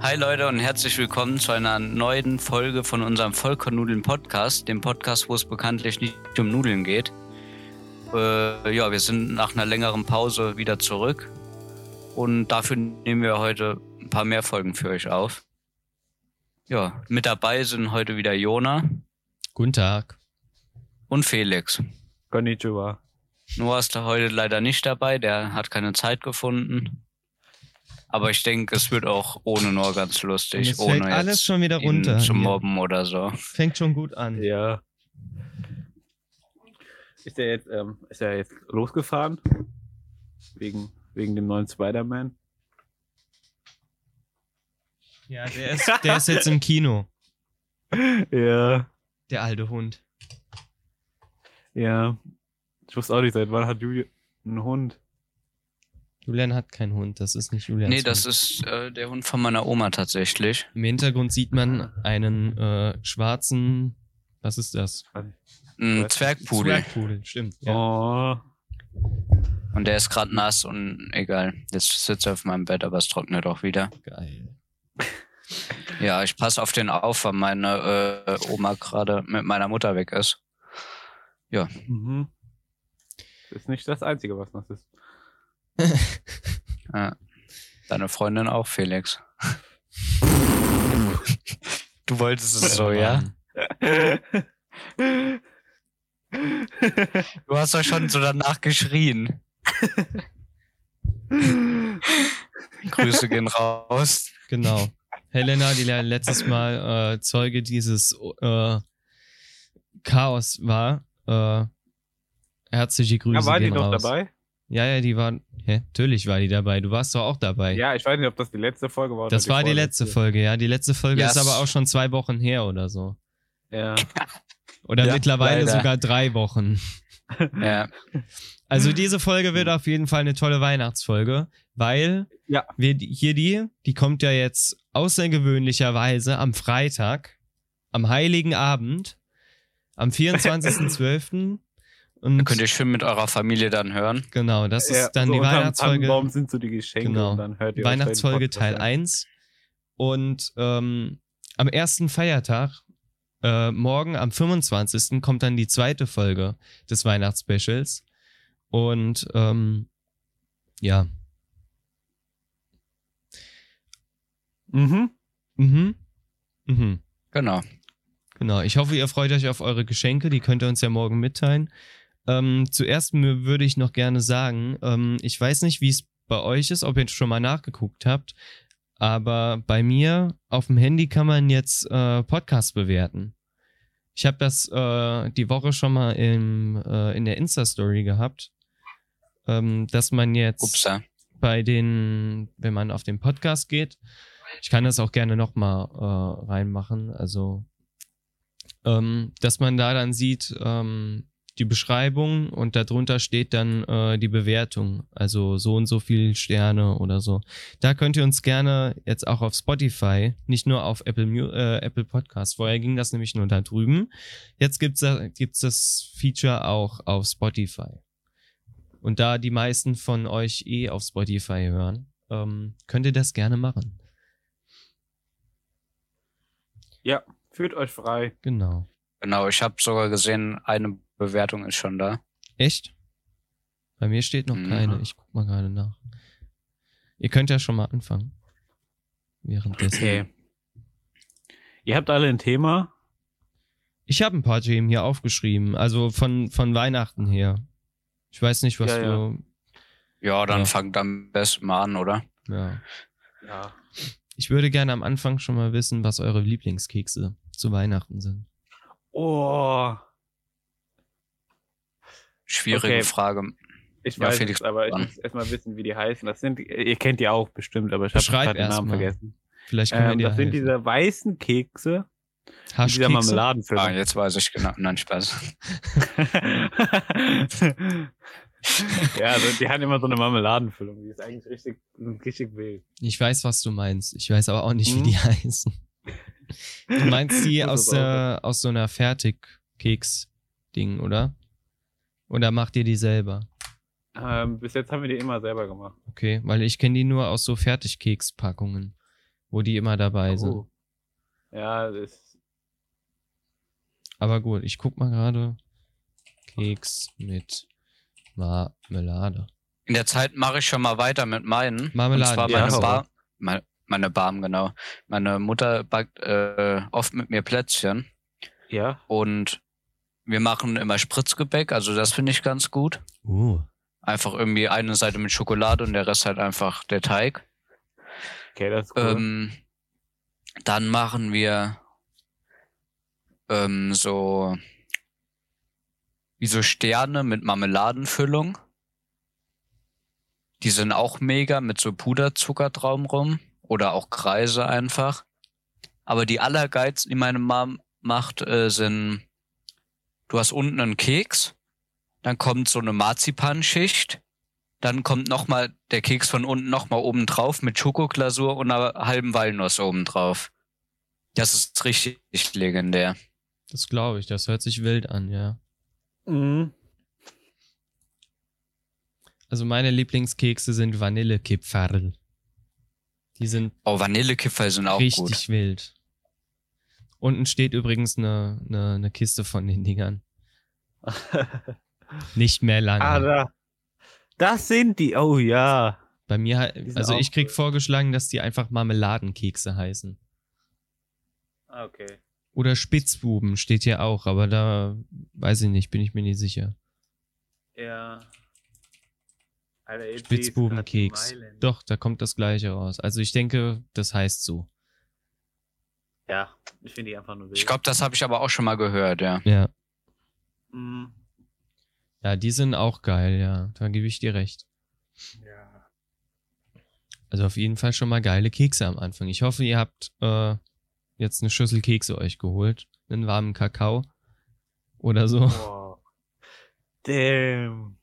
Hi Leute und herzlich willkommen zu einer neuen Folge von unserem Vollkornnudeln-Podcast, dem Podcast, wo es bekanntlich nicht um Nudeln geht. Äh, ja, wir sind nach einer längeren Pause wieder zurück und dafür nehmen wir heute ein paar mehr Folgen für euch auf. Ja, mit dabei sind heute wieder Jona Guten Tag. und Felix. Konnichiwa. Noah ist heute leider nicht dabei, der hat keine Zeit gefunden. Aber ich denke, es wird auch ohne Noah ganz Und lustig, es ohne fällt alles schon wieder ihn runter. zu hier. mobben oder so. Fängt schon gut an. Ja. Ist er jetzt, ähm, ist er jetzt losgefahren? Wegen, wegen dem neuen Spider-Man? Ja, der ist, der ist jetzt im Kino, Ja. der alte Hund. Ja. Ich wusste auch nicht, seit wann hat Julia einen Hund? Julian hat keinen Hund, das ist nicht Julian. Nee, das ist äh, der Hund von meiner Oma tatsächlich. Im Hintergrund sieht man einen äh, schwarzen. Was ist das? Ein Was? Zwergpudel. Zwergpudel, stimmt. Ja. Oh. Und der ist gerade nass und egal. Jetzt sitzt er auf meinem Bett, aber es trocknet auch wieder. Geil. Ja, ich passe auf den auf, weil meine äh, Oma gerade mit meiner Mutter weg ist. Mhm. Das ist nicht das Einzige, was noch ist. Ja. Deine Freundin auch, Felix. Du wolltest es so, Oh ja? Du hast doch schon so danach geschrien. Grüße gehen raus. Genau. Helena, die ja letztes Mal äh, Zeuge dieses äh, Chaos war. Äh, herzliche Grüße. Ja, war die gehen noch raus. dabei? Ja, ja, die waren. Hä? Natürlich war die dabei. Du warst doch auch dabei. Ja, ich weiß nicht, ob das die letzte Folge war. oder das war die letzte Folge, ja. Die letzte Folge Ja, ist es- aber auch schon zwei Wochen her oder so. Ja. Oder Ja, mittlerweile leider. sogar drei Wochen. Ja, Also diese Folge wird auf jeden Fall eine tolle Weihnachtsfolge, weil Ja. wir die- hier die, die kommt ja jetzt außergewöhnlicherweise am Freitag, am heiligen Abend, am 24.12. Und dann könnt ihr schön mit eurer Familie dann hören. genau, das ist Ja, dann so die unterm Weihnachtsfolge. Tannenbaum sind so die Geschenke Genau. und dann hört ihr euch Weihnachtsfolge den Podcast Teil an. 1. Und ähm, am ersten Feiertag, äh, morgen am 25. kommt dann die zweite Folge des Weihnachtsspecials. Und ähm, ja. Mhm. Mhm. Mhm. Genau. Genau. Ich hoffe, ihr freut euch auf eure Geschenke. Die könnt ihr uns ja morgen mitteilen. Ähm, zuerst mü- würde ich noch gerne sagen, ähm, ich weiß nicht, wie es bei euch ist, ob ihr schon mal nachgeguckt habt, aber bei mir auf dem Handy kann man jetzt äh, Podcasts bewerten. Ich habe das äh, die Woche schon mal im, äh, in der Insta-Story gehabt, ähm, dass man jetzt Upsa. bei den, wenn man auf den Podcast geht. Ich kann das auch gerne nochmal äh, reinmachen. Also, ähm, dass man da dann sieht, ähm, die Beschreibung und darunter steht dann äh, die Bewertung. Also so und so viel Sterne oder so. Da könnt ihr uns gerne jetzt auch auf Spotify, nicht nur auf Apple, Mu- äh, Apple Podcast. Vorher ging das nämlich nur da drüben. Jetzt gibt's da, gibt's das Feature auch auf Spotify. Und da die meisten von euch eh auf Spotify hören, ähm, könnt ihr das gerne machen. Fühlt euch frei. Genau. Genau, ich habe sogar gesehen, eine Bewertung ist schon da. Echt? Bei mir steht noch Mhm. keine. Ich guck mal gerade nach. Ihr könnt ja schon mal anfangen. Währenddessen. Ihr habt alle ein Thema. Ich habe ein paar Themen hier aufgeschrieben. Also von, von Weihnachten her. Ich weiß nicht, was Ja, ja. du. Ja, dann Ja. fangt am besten mal an, oder? Ja. Ja. Ich würde gerne am Anfang schon mal wissen, was eure Lieblingskekse zu Weihnachten sind. Oh. Schwierige Okay. Frage. Ich Ja, weiß Felix, es, aber ich an. muss erstmal wissen, wie die heißen. Das sind, ihr kennt die auch bestimmt, aber ich habe Beschreib gerade den Namen erst mal. vergessen. Vielleicht können wir Ähm, dir das sind helfen. diese weißen Kekse mit dieser Haschkekse. Ah, Marmeladenfüllung. jetzt weiß ich genau. Nein, Spaß. ja, also die haben immer so eine Marmeladenfüllung. Die ist eigentlich richtig, richtig wild. Ich weiß, was du meinst. Ich weiß aber auch nicht, wie Hm? die heißen. Du meinst die Das aus, ist aber der, aus so einer Fertigkeks-Ding, oder? Oder macht ihr die selber? Ähm, bis jetzt haben wir die immer selber gemacht. Okay, weil ich kenne die nur aus so Fertigkekspackungen, wo die immer dabei sind. Oh. Ja, das, Aber gut, ich guck mal gerade. Keks mit Marmelade. In der Zeit mache ich schon mal weiter mit meinen. Marmeladen, Und zwar ja, meine, hau Bar, meine, meine Barm, genau. Meine Mutter backt äh, oft mit mir Plätzchen. ja. Und wir machen immer Spritzgebäck, also das finde ich ganz gut. Uh. Einfach irgendwie eine Seite mit Schokolade und der Rest halt einfach der Teig. Okay, das ist cool. Ähm, dann machen wir ähm, so wie so Sterne mit Marmeladenfüllung. Die sind auch mega mit so Puderzucker drumrum oder auch Kreise einfach. Aber die allergeilsten, die meine Mom macht, äh, sind, du hast unten einen Keks, dann kommt so eine Marzipanschicht, dann kommt nochmal der Keks von unten nochmal oben drauf mit Schokoglasur und einer halben Walnuss oben drauf. Das ist richtig legendär. Das glaube ich, das hört sich wild an, ja. Ähm. Mhm. Also meine Lieblingskekse sind Vanillekipferl. Die sind Oh, Vanillekipferl sind auch richtig gut. wild. Unten steht übrigens eine, eine, eine Kiste von den Dingern. Mhm. Nicht mehr lange. ah, da. Das sind die. Oh ja. Bei mir, hei- sind also ich auch krieg cool. vorgeschlagen, dass die einfach Marmeladenkekse heißen. Ah, Okay. Oder Spitzbuben steht hier auch, aber da weiß ich nicht, bin ich mir nicht sicher. Ja. Alter, jetzt sehe ich's Spitzbubenkeks. grad in Meilen. Doch, da kommt das gleiche raus. Also ich denke, das heißt so. Ja, ich finde die einfach nur wild. Ich glaube, das habe ich aber auch schon mal gehört, ja. Ja. Mhm. Ja, die sind auch geil, ja. Da gebe ich dir recht. Ja. Also auf jeden Fall schon mal geile Kekse am Anfang. Ich hoffe, ihr habt äh, jetzt eine Schüssel Kekse euch geholt, einen warmen Kakao oder so. Oh. Wow. Damn.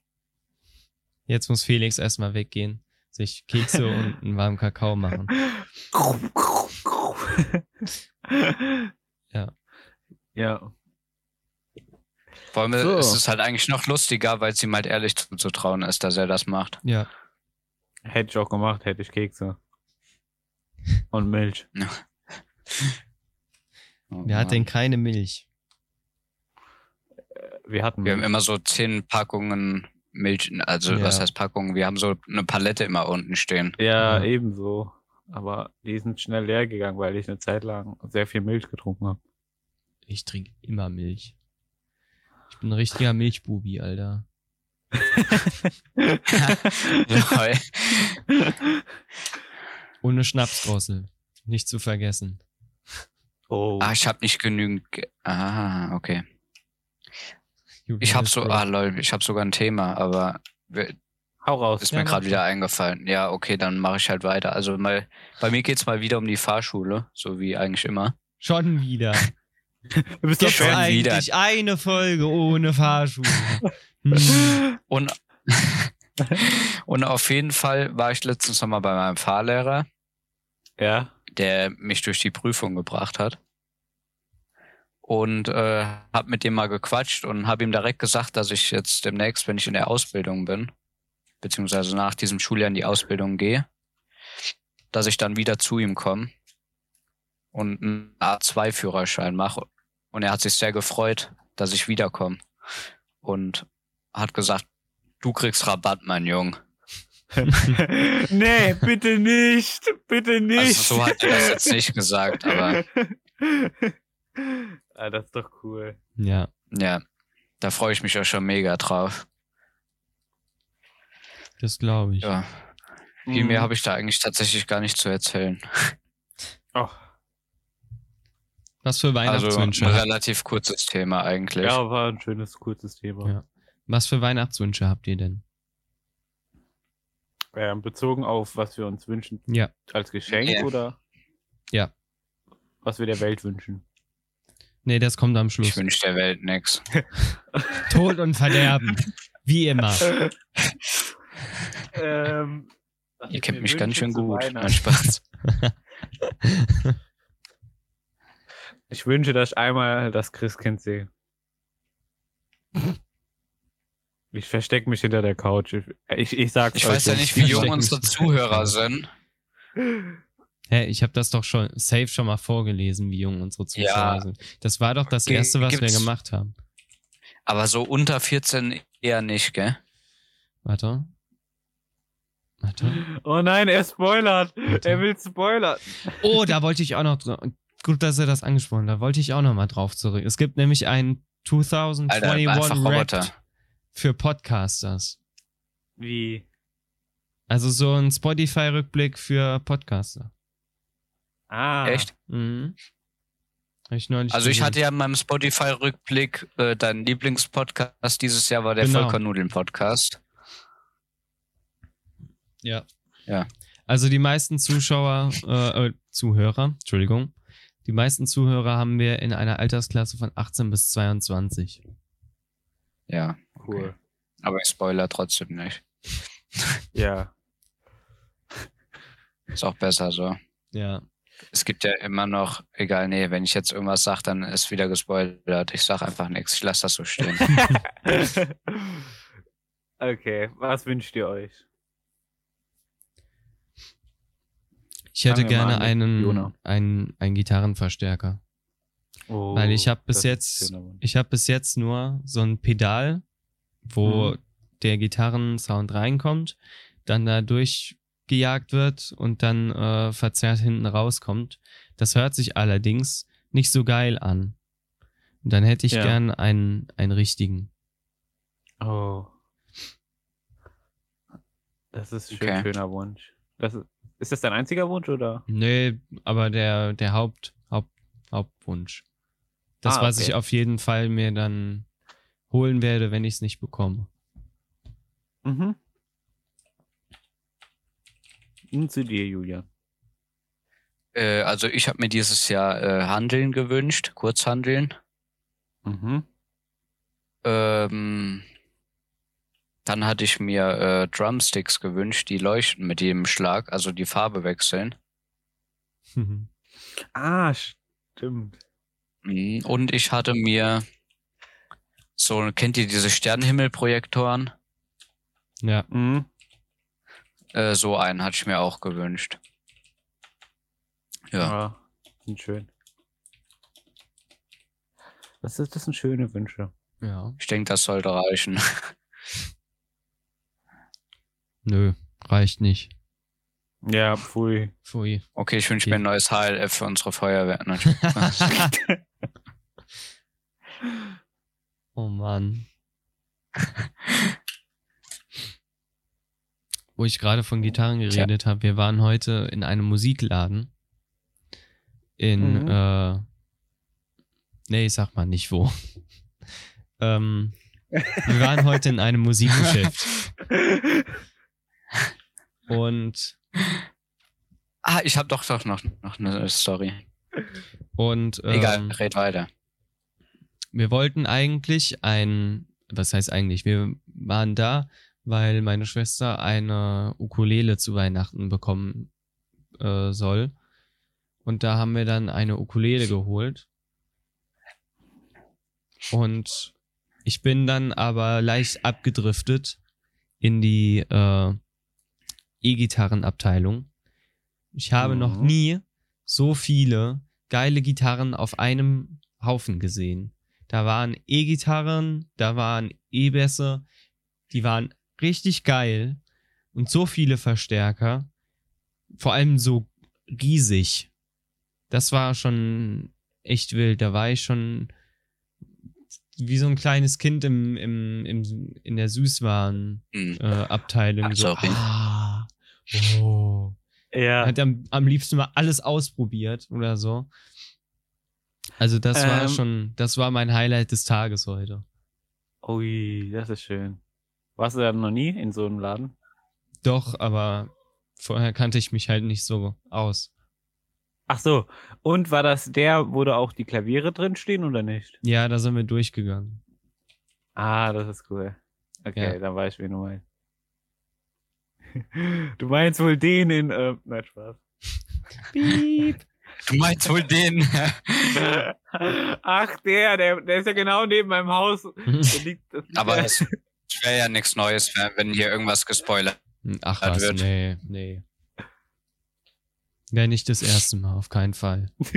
Jetzt muss Felix erstmal weggehen, sich Kekse und einen warmen Kakao machen. Ja. Ja. Vor allem So. ist es halt eigentlich noch lustiger, weil es ihm halt ehrlich zuzutrauen ist, dass er das macht. Ja, Hätte ich auch gemacht, hätte ich Kekse. Und Milch. wer hat denn keine Milch? Wir hatten. Wir haben immer so zehn Packungen Milch, also Ja. was heißt Packungen? Wir haben so eine Palette immer unten stehen. ja, Ja. ebenso. Aber die sind schnell leer gegangen, weil ich eine Zeit lang sehr viel Milch getrunken habe. Ich trinke immer Milch. Ich bin ein richtiger Milchbubi, Alter. Lol. Ohne Schnapsdrossel. Nicht zu vergessen. oh. ah, ich habe nicht genügend. ge- Ah, okay. Ich habe so, ah alle. lol, ich habe sogar ein Thema, aber wir- Hau raus. ist Ja, mir mach gerade doch. wieder eingefallen. Ja, okay, dann mache ich halt weiter. Also mal, bei mir geht's mal wieder um die Fahrschule, so wie eigentlich immer. Schon wieder. Du bist doch Gibt's Schon schon. wieder. eigentlich eine Folge ohne Fahrschule? Hm. Und, und auf jeden Fall war ich letztens nochmal bei meinem Fahrlehrer, Ja. der mich durch die Prüfung gebracht hat. Und äh, hab mit dem mal gequatscht und hab ihm direkt gesagt, dass ich jetzt demnächst, wenn ich in der Ausbildung bin, beziehungsweise nach diesem Schuljahr in die Ausbildung gehe, dass ich dann wieder zu ihm komme und einen A2-Führerschein mache. Und er hat sich sehr gefreut, dass ich wiederkomme. Und hat gesagt, du kriegst Rabatt, mein Junge. nee, bitte nicht. Bitte nicht. Also so hat er das jetzt nicht gesagt, aber ah, das ist doch cool. ja. ja, da freue ich mich auch schon mega drauf. Das glaube ich. Ja, viel mehr Mhm. habe ich da eigentlich tatsächlich gar nicht zu erzählen. Oh, Was für Also ein Weihnachtswünsche, habt, relativ kurzes Thema eigentlich. ja, war ein schönes, kurzes Thema. Ja. was für Weihnachtswünsche habt ihr denn? Ähm, bezogen auf, was wir uns wünschen Ja. als Geschenk Ja. oder? Ja. Was wir der Welt wünschen. Nee, das kommt am ich Schluss. wünsche der Welt nichts. Tod und Verderben. Wie immer. ähm, was Ihr ich kennt mir mich ganz wünsche schön zu gut. Nein, Weihnachten. Spaß. Ich wünsche, dass ich einmal das Christkind sehe. Ich verstecke mich hinter der Couch. Ich, ich, ich sag's Ich euch weiß ja jetzt. nicht, wie Verstecken. jung unsere Zuhörer sind. Hä, ich habe das doch schon safe schon mal vorgelesen, wie jung unsere Zuschauer Ja. sind. Das war doch das Ge- Erste, was gibt's- wir gemacht haben. Aber so unter 14 eher nicht, gell? Warte. Warte. Oh nein, er spoilert. Warte. Er will spoilern. Oh, da wollte ich auch noch dr- Gut, dass er das angesprochen hat. Da wollte ich auch noch mal drauf zurück. Es gibt nämlich einen Alter, einfach 2021 Roboter. Wrapped für Podcasters. Wie? Also so ein Spotify-Rückblick für Podcaster. Ah. Echt? Mhm. Hab ich neulich Also ich gesehen. hatte ja in meinem Spotify-Rückblick, äh, dein Lieblingspodcast dieses Jahr war der Genau. Vollkornudeln-Podcast. Ja. Ja. Also die meisten Zuschauer, äh, äh, Zuhörer, Entschuldigung, die meisten Zuhörer haben wir in einer Altersklasse von 18 bis 22. Ja, Cool. aber ich spoiler trotzdem nicht. Ja. Ist auch besser so. Ja. Es gibt ja immer noch, egal, nee, wenn ich jetzt irgendwas sage, dann ist wieder gespoilert. Ich sag einfach nichts. Ich lasse das so stehen. okay, was wünscht ihr euch? Ich hätte Fangen wir mal gerne an mit einen, Jona. einen, einen Gitarrenverstärker. Oh, Weil ich hab bis das ist jetzt- ein schöner Wunsch. Ich habe bis jetzt nur so ein Pedal, wo Mhm. der Gitarrensound reinkommt, dann da durchgejagt wird und dann äh, verzerrt hinten rauskommt. Das hört sich allerdings nicht so geil an. Und dann hätte ich Ja. gern einen, einen richtigen. Oh. Das ist ein schön- Okay. schöner Wunsch. Das ist, ist das dein einziger Wunsch oder? Nee, aber der, der Haupt, Haupt, Hauptwunsch. Das, Ah, was okay. ich auf jeden Fall mir dann holen werde, wenn ich es nicht bekomme. Mhm. Und Hm, zu dir, Julian. äh, also ich habe mir dieses Jahr äh, Handeln gewünscht, Kurzhandeln. Mhm. Ähm, dann hatte ich mir äh, Drumsticks gewünscht, die leuchten mit jedem Schlag, also die Farbe wechseln. Ah, stimmt. Mhm. Und ich hatte mir so, kennt ihr diese Sternenhimmelprojektoren? ja. Mhm. Äh, so einen hatte ich mir auch gewünscht. Ja. Ja. Ah, Sind schön. Das, ist, das sind schöne Wünsche. Ja. Ich denke, das sollte reichen. Nö, reicht nicht. Ja, pfui. Pfui. Okay, ich wünsche Okay. mir ein neues HLF für unsere Feuerwehr. Nein, Spaß. oh Mann. Wo ich gerade von Gitarren geredet habe, wir waren heute in einem Musikladen. In, Mhm. äh, nee, ich sag mal nicht wo. ähm, wir waren heute in einem Musikgeschäft und, ah, ich habe doch, doch noch, noch eine Story. und, ähm, Egal, red weiter. wir wollten eigentlich ein, was heißt eigentlich, wir waren da, weil meine Schwester eine Ukulele zu Weihnachten bekommen äh, soll. Und da haben wir dann eine Ukulele geholt. Und ich bin dann aber leicht abgedriftet in die äh, E-Gitarrenabteilung. Ich habe noch Mhm. nie so viele geile Gitarren auf einem Haufen gesehen. Da waren E-Gitarren, da waren E-Bässe, die waren richtig geil und so viele Verstärker, vor allem so riesig. Das war schon echt wild. Da war ich schon wie so ein kleines Kind im, im, im, in der Süßwaren Hm. äh, Abteilung. Ach, so, sorry. ah, oh. ja. Hat am, am liebsten mal alles ausprobiert oder so. Also das war Ähm. schon, das war mein Highlight des Tages heute. Ui, das ist schön. Warst du da noch nie in so einem Laden? Doch, aber vorher kannte ich mich halt nicht so aus. Ach so. Und war das der, wo da auch die Klaviere drin stehen oder nicht? Ja, da sind wir durchgegangen. Ah, das ist cool. Okay, Ja. dann weiß ich, wen du meinst. Du meinst wohl den in. Äh, nein, Spaß. Piep. Du meinst wohl den. Ach, der, der, der ist ja genau neben meinem Haus. Der liegt, das liegt Aber ja- es wäre ja nichts Neues, Hm, wenn hier irgendwas gespoilert Ach Das was, wird- nee, nee. Ja, nicht das erste Mal, auf keinen Fall.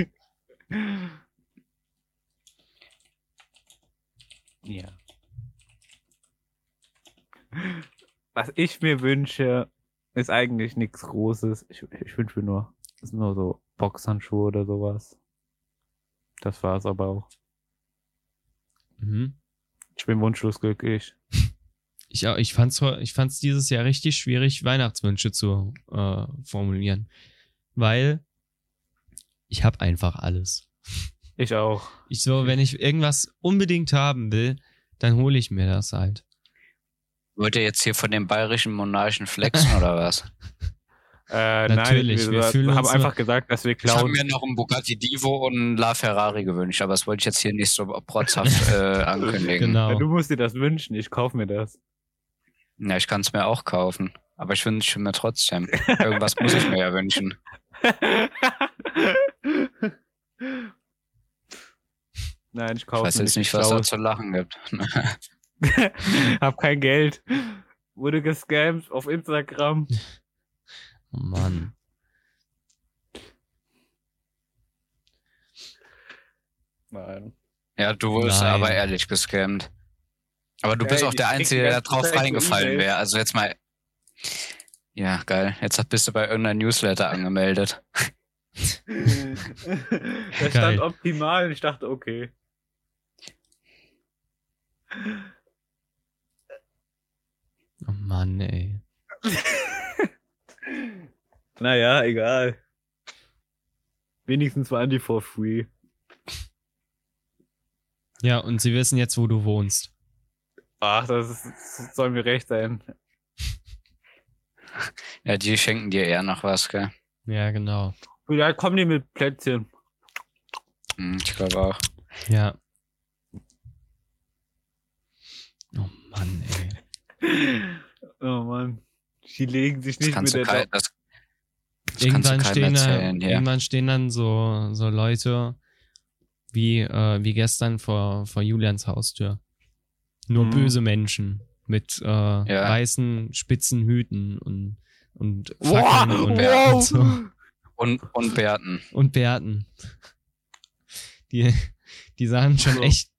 Ja. Was ich mir wünsche, ist eigentlich nichts Großes. Ich, ich wünsche mir nur, es sind nur so Boxhandschuhe oder sowas. Das war's aber auch. Mhm. Ich bin wunschlos glücklich. Ich, au- ich fand's, heu- ich fand's dieses Jahr richtig schwierig, Weihnachtswünsche zu äh, formulieren. Weil ich habe einfach alles. Ich auch. Ich so, wenn ich irgendwas unbedingt haben will, dann hole ich mir das halt. Wollt ihr jetzt hier von dem bayerischen Monarchen flexen oder was? Äh, Natürlich, nein, wir wir, fühlen haben uns einfach gesagt, dass wir Ich habe klauen. mir noch einen Bugatti Divo und einen La Ferrari gewünscht, aber das wollte ich jetzt hier nicht so protzhaft äh, ankündigen. Genau. Genau. Du musst dir das wünschen, ich kaufe mir das. Ja, ich kann es mir auch kaufen, aber ich wünsche mir trotzdem. Irgendwas muss ich mir ja wünschen. Nein, ich Ich kaufe weiß jetzt nicht, was da zu lachen gibt. Hab kein Geld. Wurde gescammt auf Instagram. Oh Mann. Nein. Ja, du wurdest Nein. aber ehrlich gescammt. Aber du Ja, bist auch ich der krieg die Einzige, der ganze drauf Zeit so reingefallen E-Mails. wäre. Also jetzt mal. Ja, geil. Jetzt bist du bei irgendeiner Newsletter angemeldet. da Geil. stand optimal. Ich dachte, okay. Oh Mann, ey. Naja, egal. Wenigstens waren die for free. Ja, und sie wissen jetzt, wo du wohnst. Ach, das, ist, das soll mir recht sein. Ja, die schenken dir eher noch was, gell? Ja, genau. Vielleicht kommen die mit Plätzchen. Hm, Ich glaube auch. Ja. Oh Mann, ey. Oh Mann. Die legen sich Das nicht mit kannst du der kein, das, das kannst du irgendwann keinem stehen, erzählen, da, ja. irgendwann stehen dann so, so Leute wie, äh, wie gestern vor, vor Julians Haustür. Nur Mhm. böse Menschen mit äh, weißen, spitzen Hüten und, und Fackeln und, wow. und, so, Und, und Bärten. und Bärten. Die, die sahen schon So. Also echt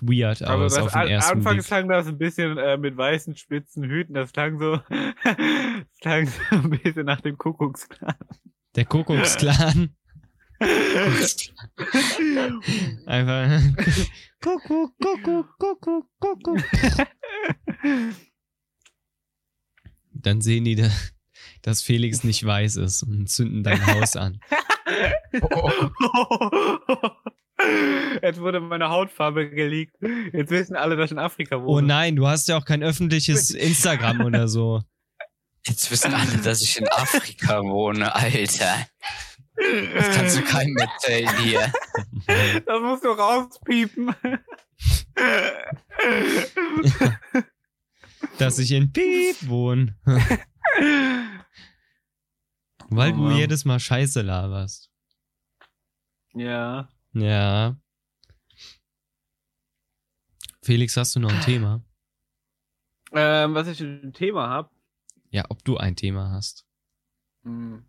weird Aber aus das auf an- den ersten anfangs Blick. klang das ein bisschen äh, mit weißen spitzen Hüten, das klang so, das klang so ein bisschen nach dem Kuckucksklan. Der Kuckucksklan. Einfach. Kuckuck, Kuckuck, Kuckuck, Kuckuck. dann sehen die, da, dass Felix nicht weiß ist und zünden dein Haus an. Jetzt wurde meine Hautfarbe geleakt. Jetzt wissen alle, dass ich in Afrika Oh wohne. nein, du hast ja auch kein öffentliches Instagram oder so. Jetzt wissen alle, dass ich in Afrika wohne, Alter. Oh Das kannst du keinem erzählen hier. Das musst du rauspiepen. Dass ich in Piep wohne. Weil Oh du Mann. jedes Mal Scheiße laberst. ja. Ja. Felix, hast du noch ein Ah. Thema? Ähm, was ich für ein Thema habe, Ja, ob du ein Thema hast. Hm.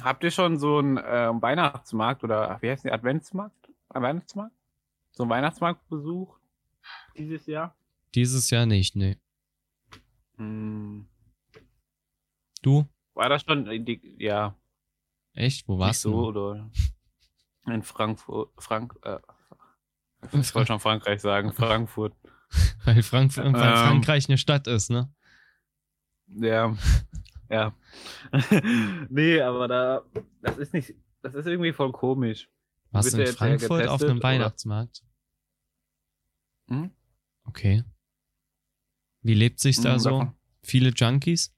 Habt ihr schon so einen ähm, Weihnachtsmarkt oder wie heißt der Adventsmarkt? Ein Weihnachtsmarkt? So einen Weihnachtsmarkt besucht dieses Jahr? Dieses Jahr nicht, ne. nee. Hm. Du? War das schon in die, ja, Echt? Wo nicht warst so du? oder in Frankfurt Frank äh, ich wollte schon Frankreich sagen, Frankfurt. Weil, Frank weil Ähm. Frankreich eine Stadt ist, ne? Ja. Ja. nee, aber da das ist nicht das ist irgendwie voll komisch. Warst du in Wird der jetzt eher Frankfurt auf getestet, einem oder? Weihnachtsmarkt? Hm? Okay. Wie lebt sich da Mhm, so? davon. Viele Junkies?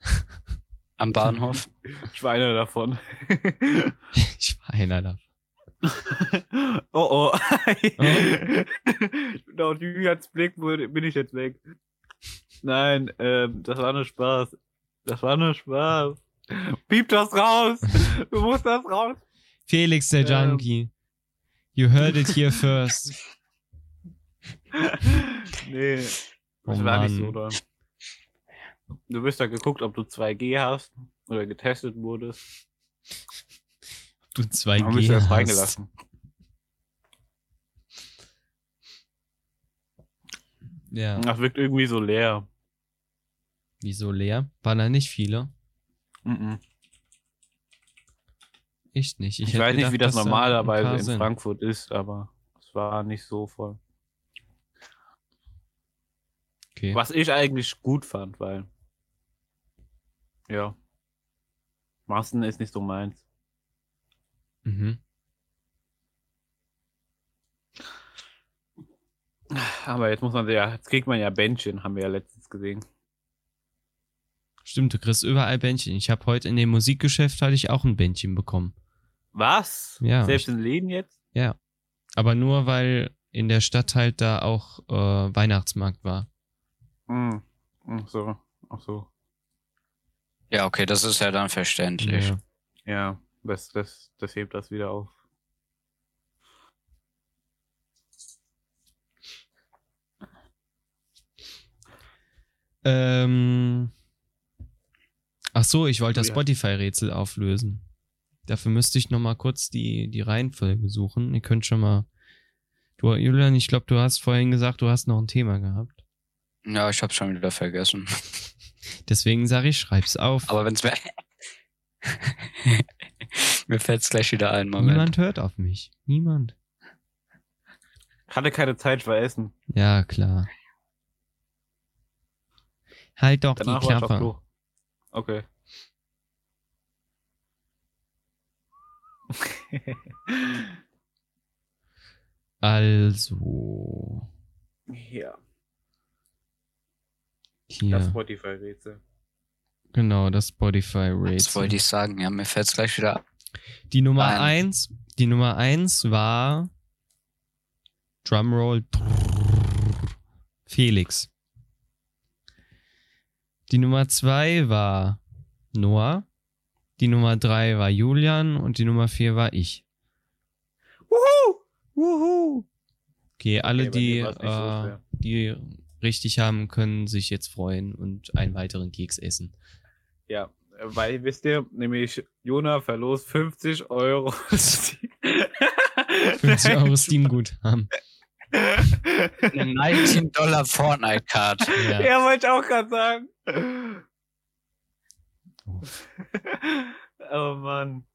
Am Bahnhof. Ich war einer davon. Ich war einer da. Oh oh. Hm? Laut Julians Blick wurde- bin ich jetzt weg. Nein, ähm, das war nur Spaß. Das war nur Spaß. Piep das raus! Du musst das raus! Felix der Ähm. Junkie. You heard it here first. Nee. Oh das war nicht Mann. so doll. Du wirst ja geguckt, ob du 2G hast oder getestet wurdest. Du Dann wirst du 2G erst hast. reingelassen. Ja. Das wirkt irgendwie so leer. Wieso leer? Waren da nicht viele? Mhm. Echt nicht. Ich, hätte weiß nicht, gedacht, wie das dass da ein normalerweise paar in sind. Frankfurt ist, aber es war nicht so voll. Okay. Was ich eigentlich gut fand, weil. Ja. Massen ist nicht so meins. Mhm. Aber jetzt muss man ja, jetzt kriegt man ja Bändchen, haben wir ja letztens gesehen. Stimmt, du kriegst überall Bändchen. Ich habe heute in dem Musikgeschäft hatte ich auch ein Bändchen bekommen. Was? Ja. Selbst in Läden jetzt? Aber nur weil in der Stadt halt da auch äh, Weihnachtsmarkt war. Mhm. Ach so. Ach so. Ja, okay, das ist ja dann verständlich. Ja. Ja, das, das, das hebt das wieder auf. Ähm, ach so, ich wollte das Ja. Spotify-Rätsel auflösen. Dafür müsste ich noch mal kurz die, die Reihenfolge suchen. Ihr könnt schon mal. Du, Julian, ich glaube, du hast vorhin gesagt, du hast noch ein Thema gehabt. Ja, ich hab's schon wieder vergessen. Deswegen sage ich, schreib's auf. Aber wenn's mir. mir fällt's gleich wieder ein, Moment. Niemand hört auf mich. Niemand. Hatte keine Zeit für Essen. Ja, klar. Halt doch Danach die war ich auf Klappe. Klo. Okay. Also, ja, das hier. Spotify-Rätsel. genau, das Spotify Das wollte Rate. ich sagen, ja, mir fällt's gleich wieder Die Nummer Nein. eins, die Nummer eins war Drumroll Felix. Die Nummer zwei war Noah. Die Nummer drei war Julian und die Nummer vier war ich. Wuhu! Wuhu! Okay, alle, Okay, bei die, mir war's nicht so äh, schwer. die richtig haben, können sich jetzt freuen und einen weiteren Keks essen. Ja, weil wisst ihr, nämlich Jona verlost 50 Euro. 50 50 Euro Steam-Guthaben. eine 19 Dollar Fortnite-Card. Ja. Ja, wollte ich auch gerade sagen. Oh. oh Mann.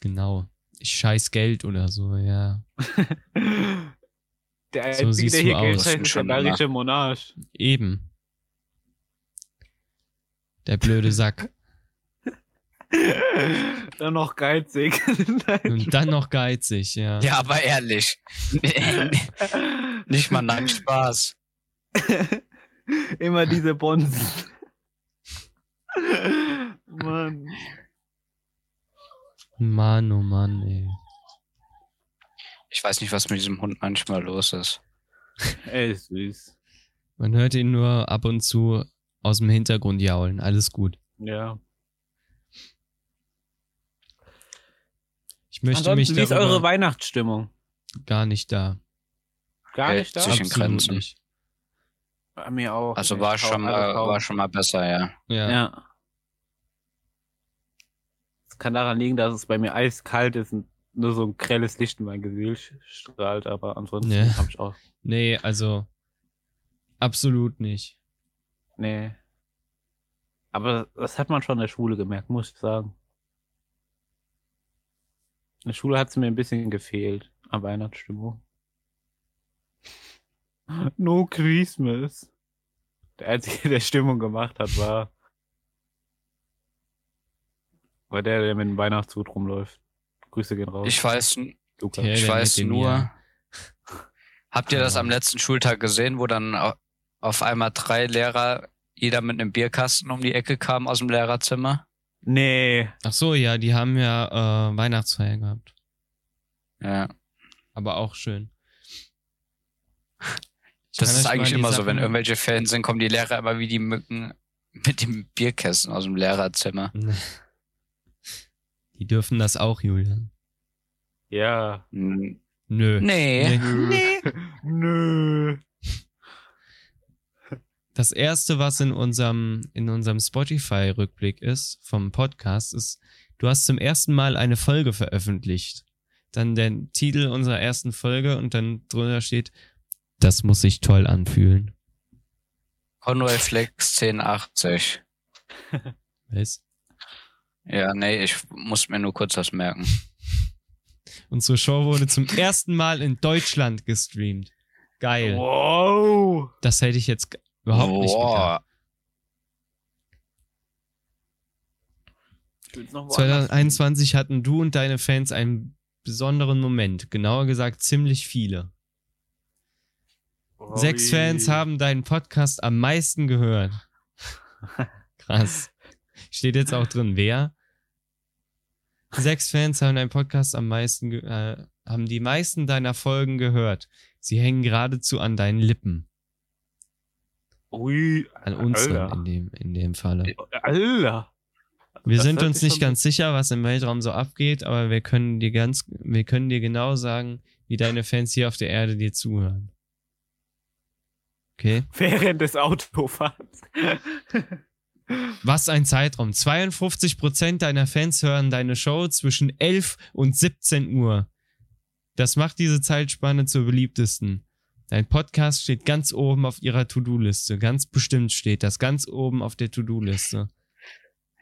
Genau. Ich scheiß Geld oder so, ja. Der So Einzige, siehst der du hier Geld aus. schenkt, ist der Schon bayerische Monarch. Eben. Der blöde Sack. Dann noch geizig. Und dann noch geizig, ja. Ja, aber ehrlich. Nicht mal nein Spaß. Immer diese Bonzen. Mann. Mann, oh Mann, ey. Ich weiß nicht, was mit diesem Hund manchmal los ist. Ey, ist süß. Man hört ihn nur ab und zu aus dem Hintergrund jaulen. Alles gut. Ja. Ich möchte Ansonsten, wie mich ist eure darüber Weihnachtsstimmung? gar nicht da. Gar Äh, nicht da? zwischen- Bisschen Grenzen. nicht. Bei mir auch. Also Nee, war kaum, schon alles mal, kaum. war schon mal besser, ja. Ja. Ja. Es kann daran liegen, dass es bei mir eiskalt ist und nur so ein grelles Licht in mein Gesicht strahlt, aber ansonsten Ja. hab ich auch. Nee, also absolut nicht. Nee. Aber das hat man schon in der Schule gemerkt, muss ich sagen. In der Schule hat es mir ein bisschen gefehlt an Weihnachtsstimmung. No Christmas. Der einzige, der Stimmung gemacht hat, war, war der, der mit dem Weihnachtshut rumläuft. Grüße gehen raus. Ich weiß, n- Luca. Ja, ich der weiß mit dem nur. Jahr. Habt ihr das Ja. am letzten Schultag gesehen, wo dann au- auf einmal drei Lehrer, jeder mit einem Bierkasten um die Ecke kam aus dem Lehrerzimmer? Nee. Ach so, ja, die haben ja äh, Weihnachtsfeier gehabt. Ja. Aber auch schön. Ich Das kann euch ist mal eigentlich die immer so, Sachen- wenn irgendwelche Fans sind, kommen die Lehrer immer wie die Mücken mit dem Bierkästen aus dem Lehrerzimmer. Die dürfen das auch, Julian. Ja. N- Hm. Nö. Nee. Nee. Nö. das erste, was in unserem, in unserem Spotify-Rückblick ist, vom Podcast, ist, du hast zum ersten Mal eine Folge veröffentlicht. Dann der Titel unserer ersten Folge und dann drunter steht, das muss sich toll anfühlen. Conway Flex 1080. Weißt? Ja, nee, ich muss mir nur kurz das merken. Unsere Show wurde zum ersten Mal in Deutschland gestreamt. Geil. Wow. Das hätte ich jetzt g- überhaupt nicht gedacht. Boah. Ich will's noch woanders sehen. 2021 hatten du und deine Fans einen besonderen Moment. Genauer gesagt, ziemlich viele. Wow. Sechs Fans haben deinen Podcast am meisten gehört. Krass. Steht jetzt auch drin, wer? Sechs Fans haben deinen Podcast am meisten, ge- äh, haben die meisten deiner Folgen gehört. Sie hängen geradezu an deinen Lippen. Ui. An uns dann Alter. in dem, in dem Falle. Alter. Wir Das sind hört uns sich nicht schon- ganz sicher, was im Weltraum so abgeht, aber wir können dir ganz, wir können dir genau sagen, wie deine Fans hier auf der Erde dir zuhören. Okay. Während des Autofahrens. Was ein Zeitraum. 52% deiner Fans hören deine Show zwischen 11 und 17 Uhr. Das macht diese Zeitspanne zur beliebtesten. Dein Podcast steht ganz oben auf ihrer To-Do-Liste. Ganz bestimmt steht das ganz oben auf der To-Do-Liste.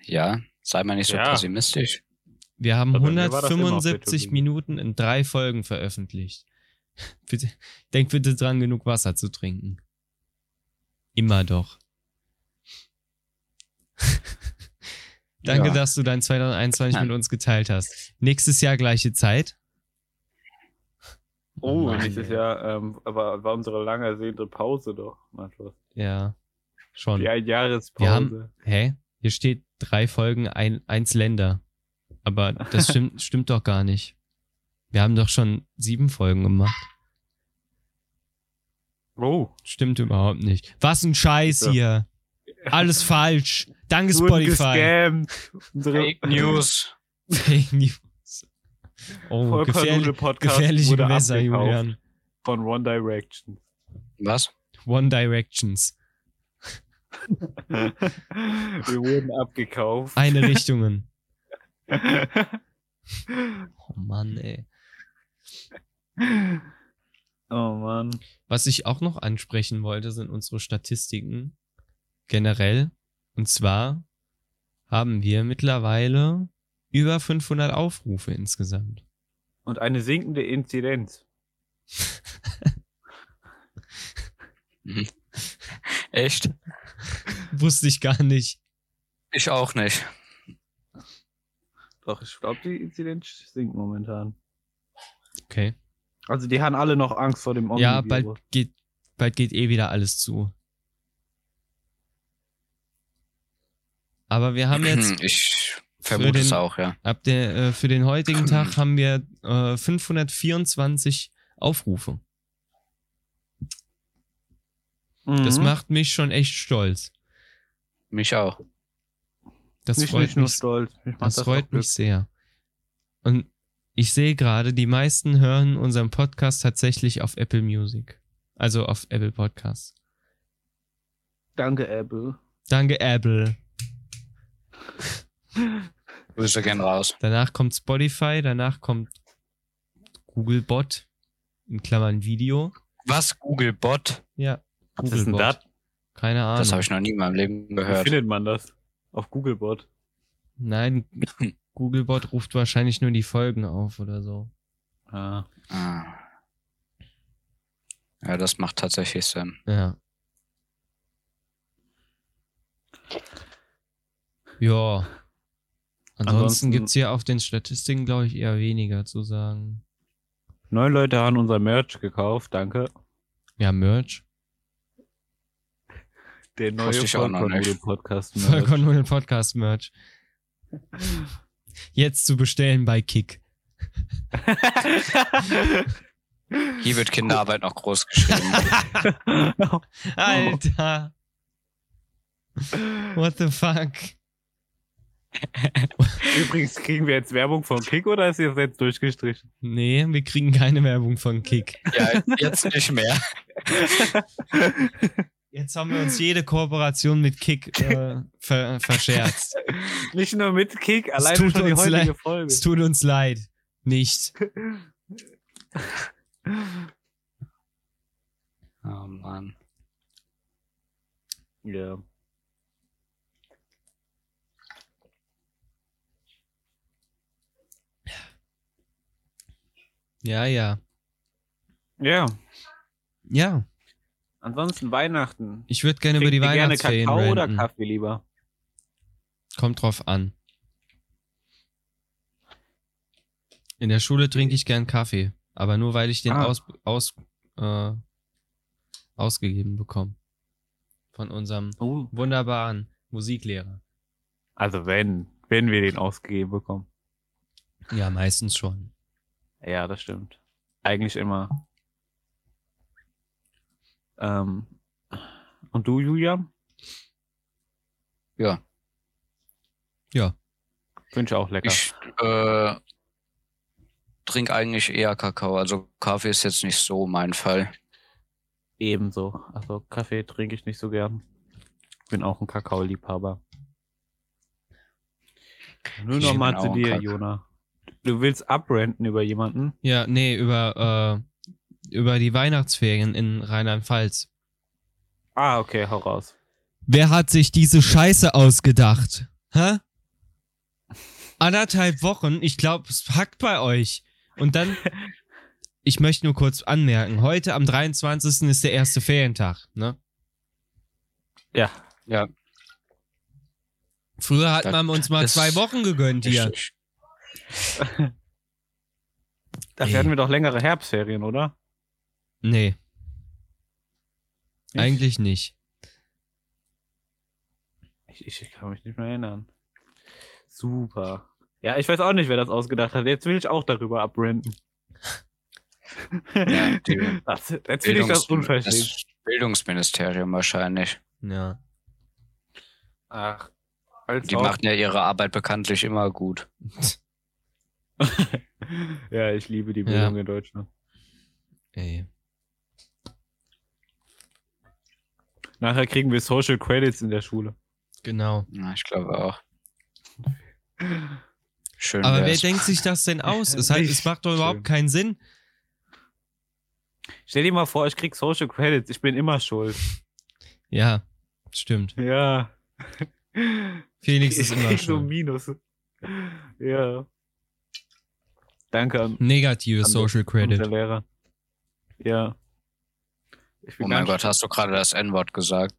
Ja, sei mal nicht so Ja. pessimistisch. Wir haben Aber bei mir war das immer auf der 175 To-Do. Minuten in drei Folgen veröffentlicht. Bitte, denk bitte dran, genug Wasser zu trinken. Immer doch. Danke, Ja. dass du dein 2021 mit uns geteilt hast. Nächstes Jahr gleiche Zeit. Oh, Mann, nächstes ey. Jahr, ähm, aber war unsere lang ersehnte Pause doch, Matthias. Ja, schon. Die Wir Einjahrespause. haben- Hä? Hier steht drei Folgen, ein, eins Länder. Aber das stimmt, stimmt doch gar nicht. Wir haben doch schon sieben Folgen gemacht. Oh. Stimmt überhaupt nicht. Was ein Scheiß Ja. hier. Alles falsch. Danke Wurden Spotify. gescammt. Unsere Fake News. Fake News. Oh, gefährlich, Podcast gefährliche wurde Gewässer, abgekauft Julian. Von One Direction. Was? One Directions. Wir wurden abgekauft. Eine Richtungen. Oh Mann, ey. oh Mann. Was ich auch noch ansprechen wollte, sind unsere Statistiken generell. Und zwar haben wir mittlerweile über 500 Aufrufe insgesamt. Und eine sinkende Inzidenz. Echt? Wusste ich gar nicht. Ich auch nicht. Doch, ich glaube, die Inzidenz sinkt momentan. Okay. Also die haben alle noch Angst vor dem Omnivirus. Ja, bald geht, bald geht eh wieder alles zu. Aber wir haben jetzt Ich Für vermute den- es auch, ja. ab der, äh, für den heutigen Tag haben wir äh, 524 Aufrufe. Mhm. Das macht mich schon echt stolz. Mich auch. Das mich freut nicht nur mich. stolz. Mich macht Das das auch freut mich glücklich. sehr. Und ich sehe gerade, die meisten hören unseren Podcast tatsächlich auf Apple Music. Also auf Apple Podcasts. Danke, Apple. Danke, Apple. Grüße gehen raus. Danach kommt Spotify, danach kommt Googlebot, in Klammern Video. Was? Google Bot? Ja. Was ist denn Googlebot. das? Keine Ahnung. Das habe ich noch nie in meinem Leben Wie gehört. findet man das? Auf Googlebot. Nein, Googlebot ruft wahrscheinlich nur die Folgen auf oder so. Ah. Ah. Ja, das macht tatsächlich Sinn. Ja. Ja. Ansonsten Ansonsten- gibt's hier auf den Statistiken, glaube ich, eher weniger zu sagen. Neun Leute haben unser Merch gekauft, danke. Ja, Merch. Der neue Wusste ich auch noch nicht. Vollkornnudelpodcast. podcast Vollkommen nur den Podcast-Merch. Jetzt zu bestellen bei Kick. Hier wird Kinderarbeit noch groß geschrieben. Alter. What the fuck? Übrigens, kriegen wir jetzt Werbung von Kick oder ist das jetzt durchgestrichen? Nee, wir kriegen keine Werbung von Kick. ja, jetzt nicht mehr. Jetzt haben wir uns jede Kooperation mit Kick äh, ver verscherzt. Nicht nur mit Kick, Es allein tut schon die uns heutige leid. Folge. Es tut uns leid. Nicht. Oh Mann. Ja. Ja, ja. Ja, Ja, ansonsten Weihnachten. ich würde gerne über Trinkt die ihr gerne Weihnachtsferien Kakao oder ranten. Kaffee lieber? Kommt drauf an. In der Schule trinke ich gern Kaffee, aber nur weil ich den Ah. aus, aus, äh, ausgegeben bekomme. Von unserem Uh, wunderbaren Musiklehrer. also wenn, wenn wir den ausgegeben bekommen. Ja, meistens schon. Ja, das stimmt. Eigentlich immer. Ähm, und du, Julia? Ja. Ja. Wünsche auch lecker. Ich äh, trinke eigentlich eher Kakao. Also Kaffee ist jetzt nicht so mein Fall. Ebenso. Also Kaffee trinke ich nicht so gern. Bin auch ein Kakaoliebhaber. Nur Ich nochmal bin zu auch ein dir, Kakao- Jona. Du willst abrenten über jemanden? Ja, nee, über, äh, über die Weihnachtsferien in Rheinland-Pfalz. Ah, okay, hau raus. Wer hat sich diese Scheiße ausgedacht? Hä? Anderthalb Wochen, ich glaube, es hackt bei euch. Und dann, ich möchte nur kurz anmerken, heute am 23. ist der erste Ferientag, ne? Ja. Ja. Früher hat Das- man uns mal das- zwei Wochen gegönnt hier. Ich, Dafür Ey. hatten wir doch längere Herbstferien, oder? Nee, Ich- eigentlich nicht. Ich, ich kann mich nicht mehr erinnern. Super. Ja, ich weiß auch nicht, wer das ausgedacht hat. Jetzt will ich auch darüber abrenten. Ja, die- das, jetzt will ich das unverstehen. das Bildungsministerium wahrscheinlich. Ja. Ach, als Die ob. machen ja ihre Arbeit bekanntlich immer gut. ja, ich liebe die Ja. Bildung in Deutschland. Ey. Nachher kriegen wir Social Credits in der Schule. Genau. Ja, ich glaube auch. Schön. Aber wer wär's. denkt sich das denn aus? Es, halt, es macht doch überhaupt Schön. keinen Sinn. Stell dir mal vor, ich krieg Social Credits. Ich bin immer schuld. Ja, stimmt. Ja. Felix ist immer krieg so schuld. Minus. Ja. Danke an Negative An- Social Credit. unser Lehrer. Ja. Ich oh ganz mein Gott, schön- hast du gerade das N-Wort gesagt?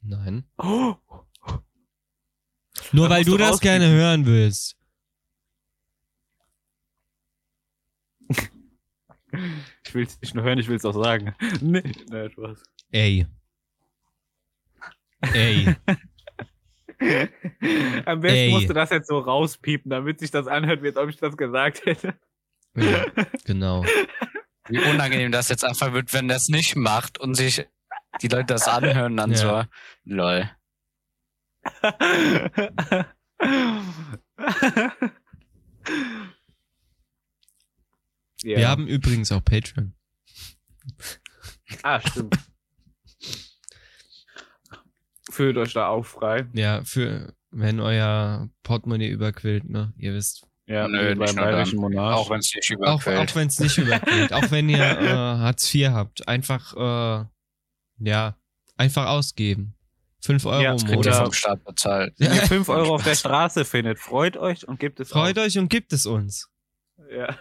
Nein. Oh, Nur Da weil musst du du das rauspiepen. gerne hören willst. ich will's nicht nur hören, ich will's auch sagen. nee, na, Spaß. Ey. Ey. Am besten Ey. musst du das jetzt so rauspiepen, damit sich das anhört, wie als ob ich das gesagt hätte. ja, genau. Wie unangenehm das jetzt einfach wird, wenn das nicht macht und sich die Leute das anhören, dann Ja. so. Lol. ja. Wir haben übrigens auch Patreon. Ah, stimmt. Fühlt euch da auch frei. Ja, für wenn euer Portemonnaie überquillt, ne? Ihr wisst. Ja, Nö, wie nicht beim nur dann. bayerischen Monarch. Auch wenn es nicht Auch, überquält. auch wenn es nicht überquillt. auch wenn ihr äh, Hartz IV habt. Einfach, äh, ja, einfach ausgeben. 5 Euro Ja, im das Kriegt ihr Monat. Oder- vom Staat bezahlt. Wenn ihr 5 Euro auf der Straße findet, freut euch und gebt es Freut euch und gibt es uns. euch. Ja.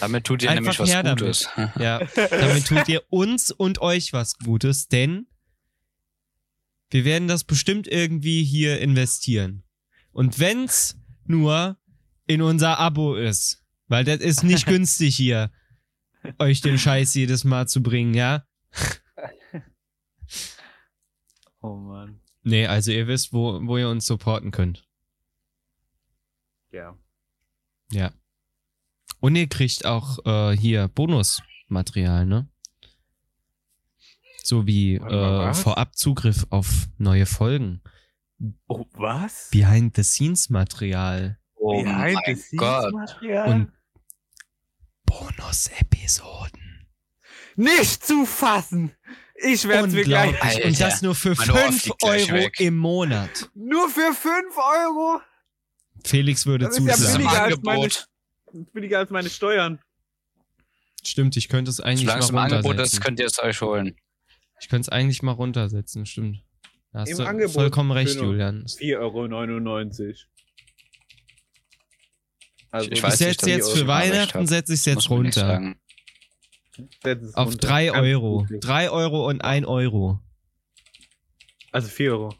Damit tut ihr Einfach nämlich was her damit. Gutes. Ja, damit tut ihr uns und euch was Gutes, denn wir werden das bestimmt irgendwie hier investieren. Und wenn's nur in unser Abo ist, weil das ist nicht günstig hier, euch den Scheiß jedes Mal zu bringen, ja? Oh Mann. Nee, also ihr wisst, wo, wo ihr uns supporten könnt. Ja. Und ihr kriegt auch äh, hier Bonusmaterial, ne? So wie Warte mal, äh, was? vorab Zugriff auf neue Folgen. Oh, was? Behind-the-Scenes-Material. Oh mein Gott. Und Bonus-Episoden. Nicht zu fassen! Ich werd's mir gleich. Unglaublich. Alter, Und das nur für mein Ohr 5 fliegt gleich Euro weg. im Monat. Nur für 5 Euro? Felix würde Das ist ja Das ist zusagen. im billiger als Angebot. Billiger als meine Steuern. Stimmt, ich könnte es eigentlich Solange mal es im Angebot runtersetzen. ist, könnt ihr es euch holen. ich könnte es eigentlich mal runtersetzen, stimmt. Da hast Im du Angebot, vollkommen recht, Schöne. Julian. 4,99 Euro. Also, Ich Ich weiß nicht, setze dass jetzt ich für Osman recht Weihnachten, hab. setze ich es Muss jetzt man nicht runter. sagen. setz es Auf runter. 3 Ganz Euro. gut. 3 Euro und 1 Euro. Also 4 Euro.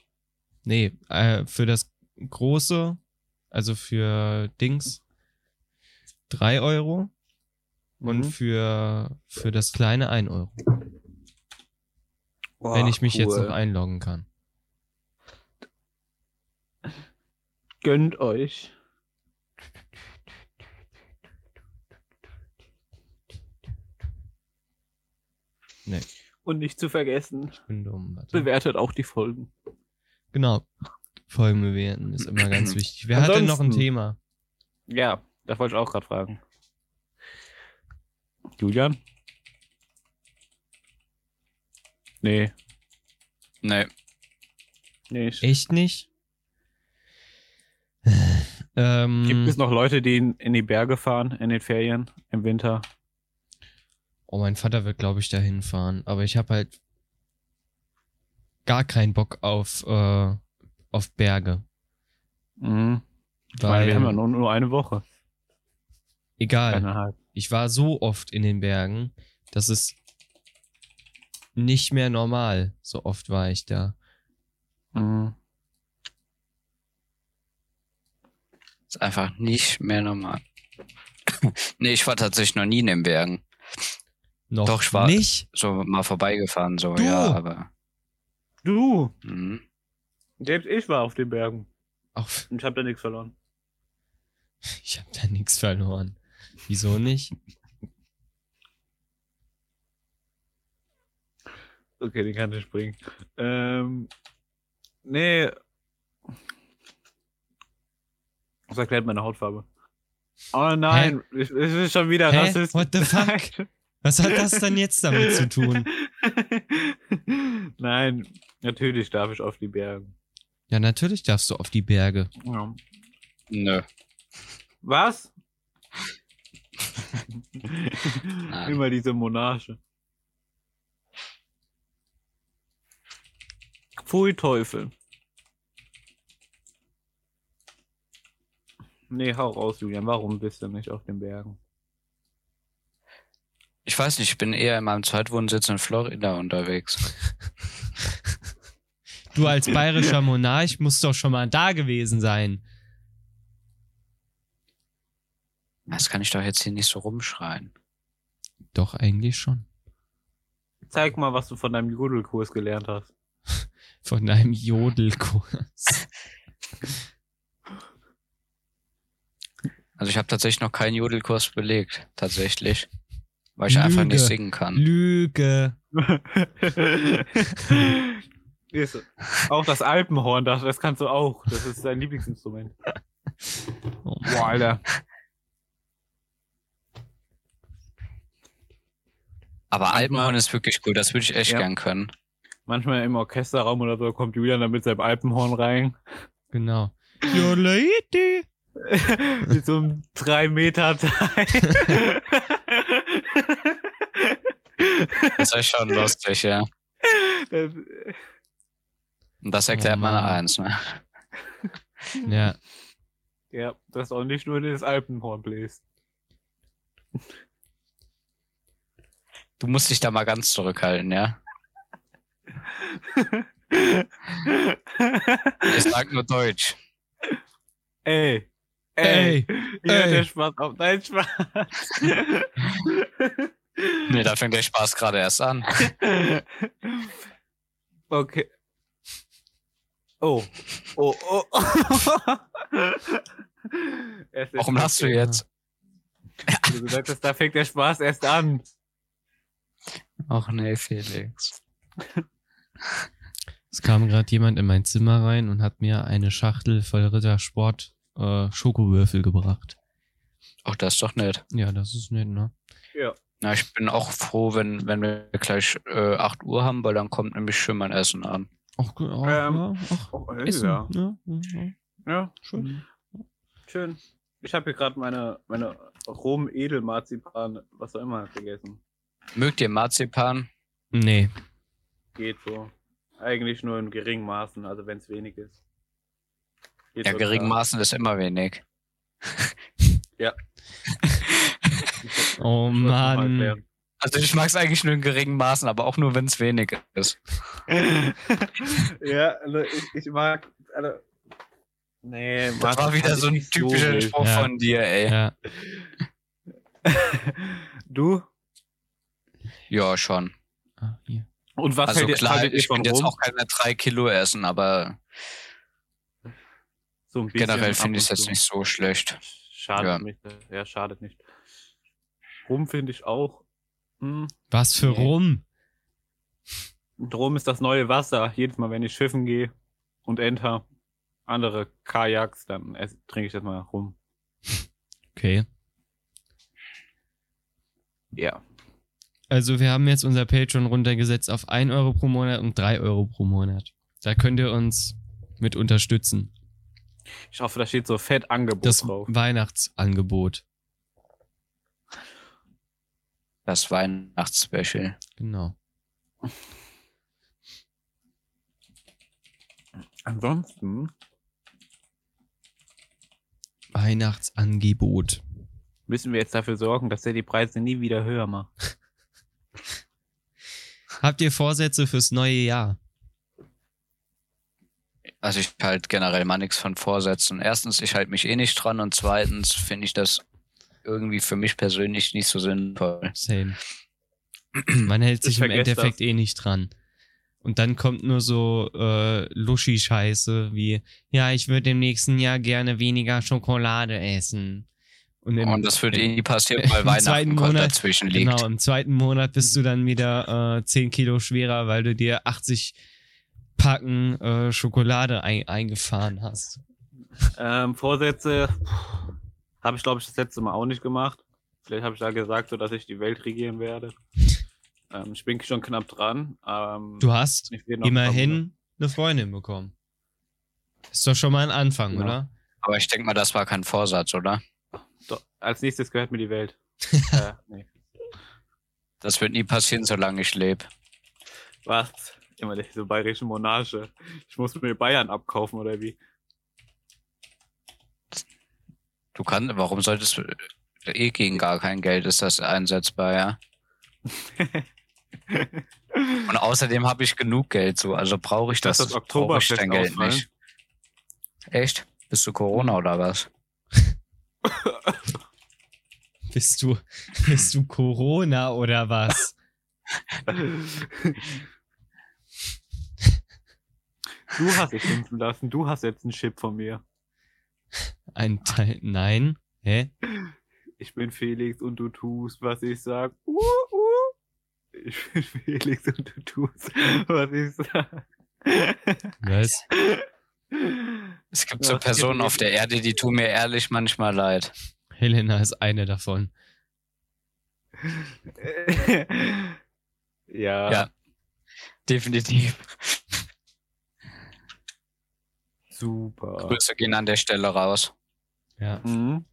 Nee, äh, für das große, also für Dings 3 Euro Mhm. Mhm. und für, für das kleine 1 Euro, Boah, wenn ich mich jetzt cool. noch einloggen kann. Gönnt euch. Nee. Und nicht zu vergessen, Ich bin dumm. Warte. bewertet auch die Folgen. Genau. Folgen bewerten ist immer ganz wichtig. Wer hat denn noch ein Ansonsten- Thema? Ja, das wollte ich auch gerade fragen. Julian? Nee, Nee, nicht. Echt nicht? ähm, Gibt es noch Leute, die in, in die Berge fahren, in den Ferien, im Winter? Oh, mein Vater wird, glaube ich, dahin fahren. Aber ich habe halt gar keinen Bock auf, äh, auf Berge. Mhm. Ich meine, Weil, wir haben ja nur, nur eine Woche. egal. Eineinhalb. Ich war so oft in den Bergen, dass es nicht mehr normal. So oft war ich da. Mhm. ist einfach nicht mehr normal. nee, ich war tatsächlich noch nie in den Bergen. Noch Doch, ich war- nicht? So mal vorbeigefahren, so, Du! ja, aber. Du, Mhm. selbst ich war auf den Bergen Auf, und ich habe da nichts verloren. ich habe da nichts verloren. Wieso nicht? Okay, den kann ich springen. Ähm, nee. Das erklärt meine Hautfarbe. Oh nein, ich, es ist schon wieder Hä? Rassist. What the fuck? Was hat das denn jetzt damit zu tun? Nein. nein, natürlich darf ich auf die Berge. Ja, natürlich darfst du auf die Berge. Ja. Nö. Was? Nein. Immer diese Monarche. Pfui Teufel. Nee, hau raus, Julian. Julian, warum bist du nicht auf den Bergen? Ich weiß nicht, ich bin eher in meinem Zweitwohnsitz in Florida unterwegs. Du als bayerischer Monarch musst doch schon mal da gewesen sein. Das kann ich doch jetzt hier nicht so rumschreien. Doch, eigentlich schon. Zeig mal, was du von deinem Jodelkurs gelernt hast. Von deinem Jodelkurs. Also ich habe tatsächlich noch keinen Jodelkurs belegt, tatsächlich. Weil ich einfach Lüge. nicht singen kann. Lüge. Ist so. Auch das Alpenhorn, das, das kannst du auch. Das ist dein Lieblingsinstrument. Oh Mann. Boah, Alter. Aber Alpenhorn ist wirklich cool, das würde ich echt Ja. gern können. Manchmal im Orchesterraum oder so kommt Julian dann mit seinem Alpenhorn rein. Genau. Joleiti. mit so einem 3 Meter Teil. Das ist schon lustig, ja. Das- Und das erklärt Oh man Mann. eins, ne? Ja. ja, das auch nicht nur das Alpenhorn bläst. Du musst dich da mal ganz zurückhalten, ja? Ich sag nur Deutsch. Ey. Ey. Ey. Hier hört ey. der Spaß auf. Nein, Spaß. Nee, da fängt der Spaß gerade erst an. okay. Oh. Oh, oh. Erst Warum jetzt- lachst du jetzt? Du gesagt hast, da fängt der Spaß erst an. Ach nee, Felix. Es kam gerade jemand in mein Zimmer rein und hat mir eine Schachtel voll Rittersport äh, Schokowürfel gebracht. Ach, das ist doch nett. Ja, das ist nett, ne? Ja. Na, ich bin auch froh, wenn, wenn wir gleich äh, 8 Uhr haben, weil dann kommt nämlich schön mein Essen an. Ach, gu- ach, Ähm, ja, ach, Oh, Essen. ja. Mhm. Ja. Ja, ja, Ja, schön. schön. Ich habe hier gerade meine, meine Rom-Edel-Marzipan, was auch immer, vergessen. Mögt ihr Marzipan? Nee. Geht so. Eigentlich nur in geringen Maßen, also wenn es wenig ist. Geht Ja, so geringmaßen ist immer wenig. klar. Ich hab- Oh ich wollt's noch mal Mann. erklären. Also ich mag es eigentlich nur in geringen Maßen, aber auch nur, wenn es wenig ist. ja, also ich, ich mag. Also, nee, halt Das war wieder so ein typischer Spruch Ja. von dir, ey. Ja. Du? Ja, schon. Ah, hier. Und was also hält ihr- klar, haltet ihr ich von könnte jetzt Rom? auch keine drei Kilo essen, aber So ein bisschen generell ab und finde ich es jetzt zu. nicht so schlecht. Schadet Ja. nicht. äh, Ja, schadet nicht. Rum finde ich auch. Hm. Was für Nee. Rum? Rum ist das neue Wasser. Jedes Mal, wenn ich schiffen gehe und enter andere Kajaks, dann ess- trinke ich das mal rum. Okay. Ja. Also wir haben jetzt unser Patreon runtergesetzt auf 1 Euro pro Monat und 3 Euro pro Monat. Da könnt ihr uns mit unterstützen. Ich hoffe, da steht so fett Angebot Das drauf. Weihnachtsangebot. Das Weihnachtsspecial. Genau. Ansonsten Weihnachtsangebot. müssen wir jetzt dafür sorgen, dass er die Preise nie wieder höher macht. Habt ihr Vorsätze fürs neue Jahr? Also ich halt generell mal nichts von Vorsätzen. Erstens, ich halte mich eh nicht dran und zweitens finde ich das irgendwie für mich persönlich nicht so sinnvoll. Same. Man hält sich Ich im vergesse Endeffekt eh nicht dran. Und dann kommt nur so äh, Luschi-Scheiße wie, ja, ich würde im nächsten Jahr gerne weniger Schokolade essen. im- Und das wird eh nie passieren, weil Im Weihnachten zweiten gerade Monat- dazwischen liegt. Genau, im zweiten Monat bist du dann wieder äh, 10 Kilo schwerer, weil du dir 80 Packen äh, Schokolade ein eingefahren hast. Ähm, Vorsätze habe ich, glaube ich, das letzte Mal auch nicht gemacht. Vielleicht habe ich da gesagt, so dass ich die Welt regieren werde. Ähm, ich bin schon knapp dran. Ähm, Du hast ich will noch- immerhin eine Freundin bekommen. Ist doch schon mal ein Anfang, Ja. oder? Aber ich denke mal, das war kein Vorsatz, oder? Doch, als nächstes gehört mir die Welt. äh, nee. Das wird nie passieren, solange ich lebe. Was? Immer diese bayerische Monarche. Ich muss mir Bayern abkaufen, oder wie? Du kannst, warum solltest du eh gegen gar kein Geld ist das einsetzbar, ja? Und außerdem habe ich genug Geld so, also brauche ich das, Lass das brauche ich Oktoberfest dein Geld ausfallen. nicht. Echt? Bist du Corona oder was? Bist du, bist du Corona oder was? Du hast dich impfen lassen, du hast jetzt einen Chip von mir. Ein Teil, nein. Hä? Ich bin Felix und du tust, was ich sag. Uh, uh. Ich bin Felix und du tust, was ich sag. Was? Es gibt Ja, so das geht Personen nicht. auf der Erde, die tun mir ehrlich manchmal leid. Helena ist eine davon. ja. Ja. Definitiv. Super. Grüße gehen an der Stelle raus. Ja. Mhm.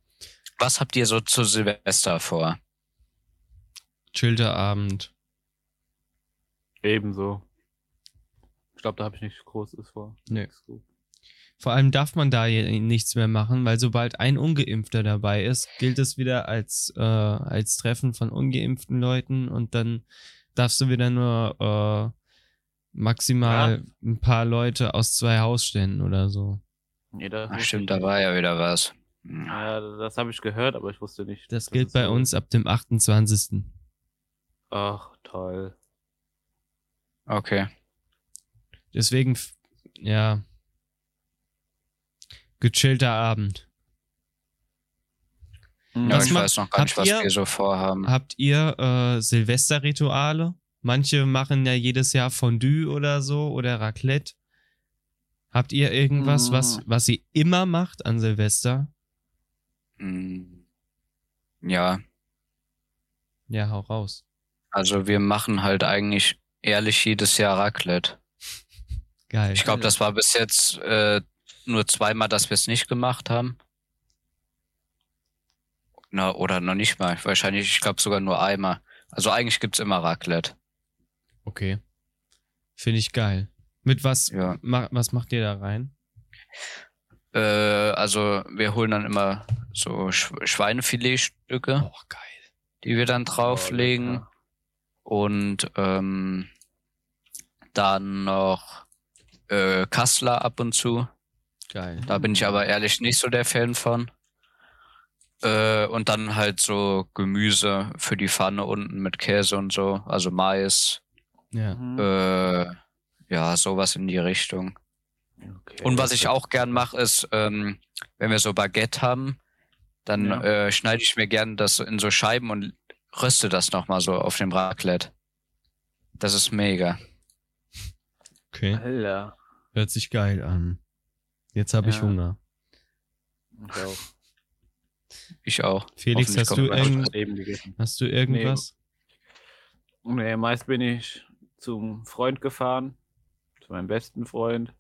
Was habt ihr so zu Silvester vor? Childerabend. Ebenso. Ich glaube, da habe ich nichts Großes vor. Nö. Ist gut. Vor allem darf man da je- nichts mehr machen, weil sobald ein Ungeimpfter dabei ist, gilt es wieder als, äh, als Treffen von ungeimpften Leuten und dann darfst du wieder nur äh, maximal ein paar Leute aus zwei Hausständen oder so. Nee, das Ach, wusste ich stimmt, da nicht. war ja wieder was. Hm. Ja, das habe ich gehört, aber ich wusste nicht. Das dass gilt es bei so- uns ab dem 28. Ach, toll. Okay. Deswegen, f- ja, gechillter Abend. Ja, Was ich macht- weiß noch gar nicht, habt was ihr- wir so vorhaben. Habt ihr äh, Silvesterrituale? Manche machen ja jedes Jahr Fondue oder so oder Raclette. Habt ihr irgendwas, Mm. was, was ihr immer macht an Silvester? Hm. Ja. Ja, hau raus. Also wir machen halt eigentlich ehrlich jedes Jahr Raclette. Geil. Ich glaube, das war bis jetzt äh, nur zweimal, dass wir es nicht gemacht haben. Na, oder noch nicht mal. Wahrscheinlich, ich glaube sogar nur einmal. Also eigentlich gibt's immer Raclette. Okay. Finde ich geil. Mit was, Ja. ma, was macht ihr da rein? Äh, also wir holen dann immer so Sch Schweinefiletstücke, Oh, geil. die wir dann drauflegen. lecker. Und ähm, dann noch äh, Kassler ab und zu. Geil. Da bin Hm. ich aber ehrlich nicht so der Fan von. Äh, und dann halt so Gemüse für die Pfanne unten mit Käse und so, also Mais, Ja. Hm. äh, ja, sowas in die Richtung. Okay. Und was ich auch gern mache, ist, ähm, wenn wir so Baguette haben, dann Ja. äh, schneide ich mir gern das in so Scheiben und röste das nochmal so auf dem Raclette. Das ist mega. Okay. Alter. Hört sich geil an. Jetzt habe ich Ja. Hunger. Ich auch. Ich auch. Felix, Hoffentlich hast kommt du, ähm, immer noch irgend, Hat eben gegessen. hast du irgendwas? Nee, meist bin ich zum Freund gefahren, zu meinem besten Freund.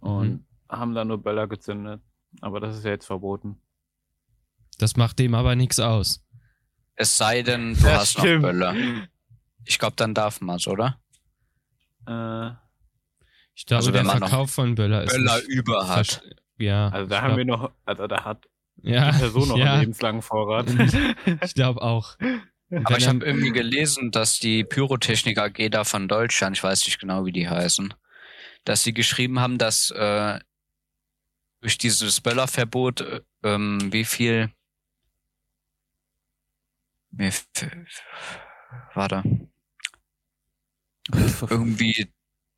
Und Mhm. haben da nur Böller gezündet. Aber das ist ja jetzt verboten. Das macht dem aber nichts aus. Es sei denn, du Das hast stimmt. noch Böller. Ich glaube, dann darf man's, oder? Äh, Ich glaube, Also wenn der man noch Verkauf von Böller ist. Böller nicht- über hat. Versch- Ja. also ich da glaub- haben wir noch, also da hat ja, die Person noch einen ja, lebenslangen Vorrat. Ich glaube auch. Und Aber ich wenn habe irgendwie gelesen, dass die Pyrotechnik AG da von Deutschland, ich weiß nicht genau, wie die heißen, dass sie geschrieben haben, dass äh, durch dieses Böllerverbot, äh, ähm, wie viel. Mir f- f- Warte. Irgendwie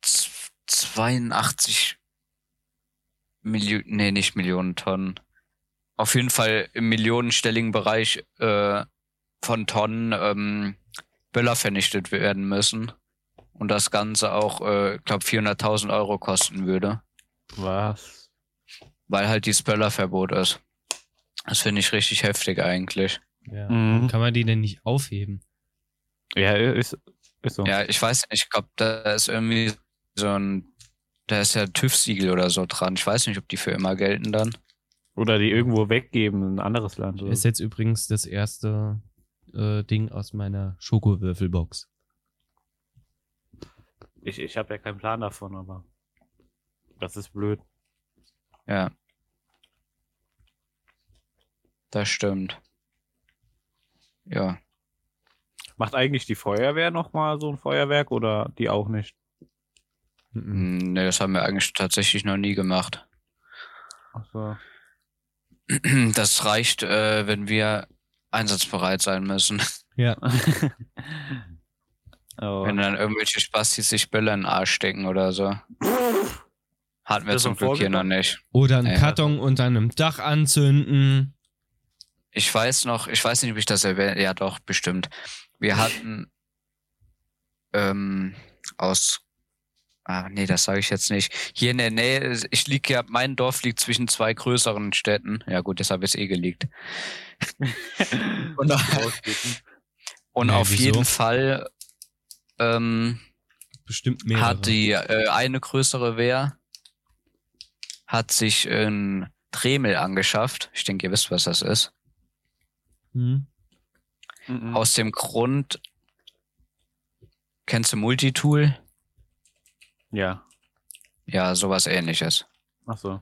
z- 82 Millionen, nee, nicht Millionen Tonnen. Auf jeden Fall im millionenstelligen Bereich äh, von Tonnen ähm, Böller vernichtet werden müssen. Und das Ganze auch, äh, glaube 400.000 Euro kosten würde, Was? weil halt dieses Böllerverbot ist. Das finde ich richtig heftig eigentlich. ja. Mhm. Kann man die denn nicht aufheben? Ja, ist, ist so. Ja, ich weiß nicht, ich glaube, da ist irgendwie so ein, da ist ja ein TÜV-Siegel oder so dran. Ich weiß nicht, ob die für immer gelten dann. Oder die irgendwo weggeben in ein anderes Land. Oder? Ist jetzt übrigens das erste äh, Ding aus meiner Schokowürfelbox. Ich, ich habe ja keinen Plan davon, aber das ist blöd. Ja. Das stimmt. Ja. Macht eigentlich die Feuerwehr nochmal so ein Feuerwerk oder die auch nicht? Mhm. Hm, Ne, das haben wir eigentlich tatsächlich noch nie gemacht. Achso. Das reicht, äh, wenn wir einsatzbereit sein müssen. Ja, oh. Wenn dann irgendwelche Spastis sich Bälle in den Arsch stecken oder so. Hatten wir Das zum ist Glück hier noch nicht. oder einen Ja. Karton unter einem Dach anzünden. Ich weiß noch, ich weiß nicht, ob ich das erwähnt Ja, doch, bestimmt. Wir hatten ähm, aus. Ah, nee, das sage ich jetzt nicht. Hier in der Nähe, ich lieg ja, mein Dorf liegt zwischen zwei größeren Städten. Ja gut, das habe ich eh geliegt. Und Und Nee, auf wieso? jeden Fall ähm, Bestimmt mehrere. hat die äh, eine größere Wehr, hat sich ein Dremel angeschafft. Ich denke, ihr wisst, was das ist. Hm? Aus dem Grund, kennst du Multitool? ja, Ja, sowas ähnliches. achso.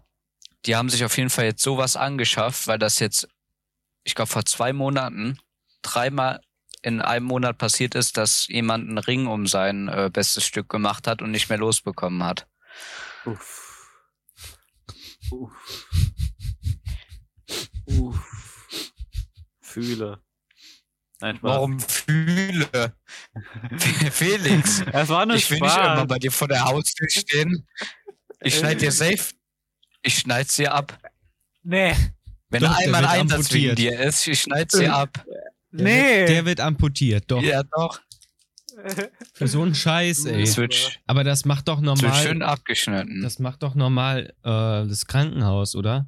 Die haben sich auf jeden Fall jetzt sowas angeschafft, weil das jetzt, ich glaube, vor zwei Monaten dreimal in einem Monat passiert ist, dass jemand einen Ring um sein äh, bestes Stück gemacht hat und nicht mehr losbekommen hat. Uff. Uff. Uff. Fühle. Nein, Spaß. Warum fühle? Felix, Das war nur ich will nicht Spaß. immer bei dir vor der Haustür stehen. Ich schneide dir safe. Ich schneide dir ab. nee, Wenn Doch, der einmal wird ein Einsatz wegen amputiert. dir ist, ich schneide dir ab. Der nee. Wird, der wird amputiert, doch. Ja, doch. Für so einen Scheiß, ey. Es wird, sch- Aber das macht doch es wird normal. schön abgeschnitten. Das macht doch normal äh, das Krankenhaus, oder?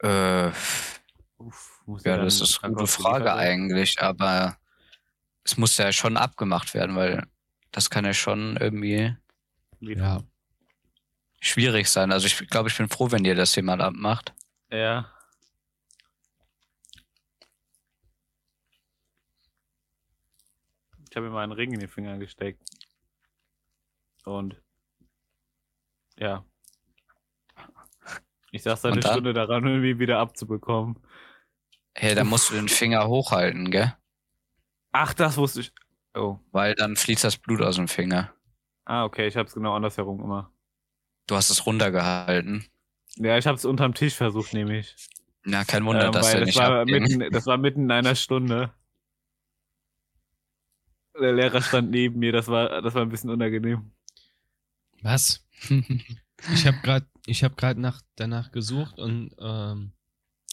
Äh, Uff. Muss Ja, dann das ist eine krank gute ausgeliefert Frage werden? eigentlich, aber es muss ja schon abgemacht werden, weil das kann ja schon irgendwie Wie- Ja. schwierig sein. Also ich glaube, ich bin froh, wenn dir das jemand abmacht. Ja. Ich habe ihm einen Ring in den Finger gesteckt. Und ja. Ich saß da Und eine dann? Stunde daran, um ihn wieder abzubekommen. Hey, da musst du den Finger hochhalten, gell? Ach, das wusste ich. Oh. Weil dann fließt das Blut aus dem Finger. Ah, okay, ich hab's genau andersherum immer. Du hast es runtergehalten. Ja, ich hab's unterm Tisch versucht, nämlich. Na, kein Wunder, Ähm, dass weil der das, nicht war abging. mitten, das war mitten in einer Stunde. Der Lehrer stand neben mir, das war, das war ein bisschen unangenehm. Was? Ich habe gerade hab grad nach, danach gesucht und ähm,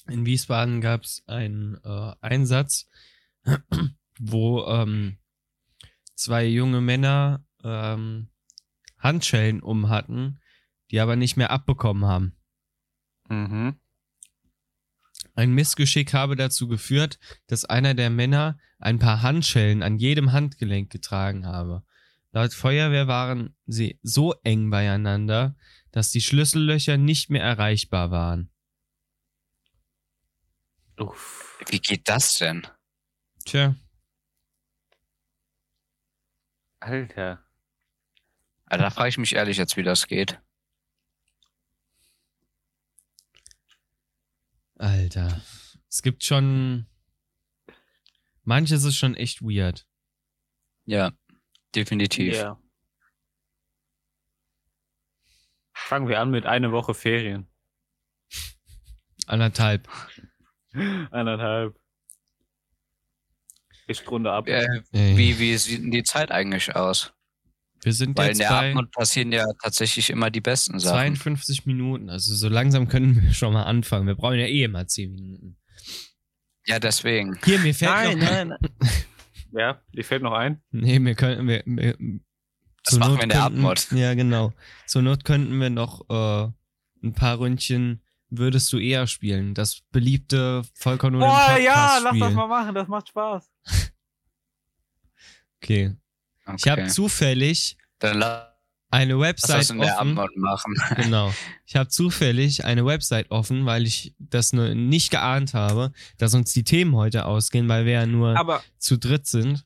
in Wiesbaden gab es einen äh, Einsatz, wo ähm, zwei junge Männer ähm, Handschellen um hatten, die aber nicht mehr abbekommen haben. Mhm. Ein Missgeschick habe dazu geführt, dass einer der Männer ein paar Handschellen an jedem Handgelenk getragen habe. Laut Feuerwehr waren sie so eng beieinander, dass die Schlüssellöcher nicht mehr erreichbar waren. Uff. Wie geht das denn? Tja, Alter. Also da frage ich mich ehrlich jetzt, wie das geht. Alter. Es gibt schon. Manches ist schon echt weird. Ja, definitiv. Ja. Fangen wir an mit eine Woche Ferien. Anderthalb. Eineinhalb. Ich runde ab. Äh, Ey. wie, wie sieht denn die Zeit eigentlich aus? Wir sind Weil in jetzt der bei Abmod passieren ja tatsächlich immer die besten Sachen. 52 Minuten. Also so langsam können wir schon mal anfangen. Wir brauchen ja eh immer 10 Minuten. Ja, deswegen. Hier, mir fällt noch Ja, dir fällt noch ein? Nee, wir können. Wir, wir, Das machen wir in der könnten, Abmod. Ja, genau. Zur Not könnten wir noch äh, ein paar Ründchen würdest du eher spielen. Das beliebte Vollkorn Oh ja, lass das mal machen, das macht Spaß. Okay. Okay. Ich habe zufällig Dann lass eine das Website in der offen. Abmod machen. Genau. Ich habe zufällig eine Website offen, weil ich das nur nicht geahnt habe, dass uns die Themen heute ausgehen, weil wir ja nur Aber zu dritt sind.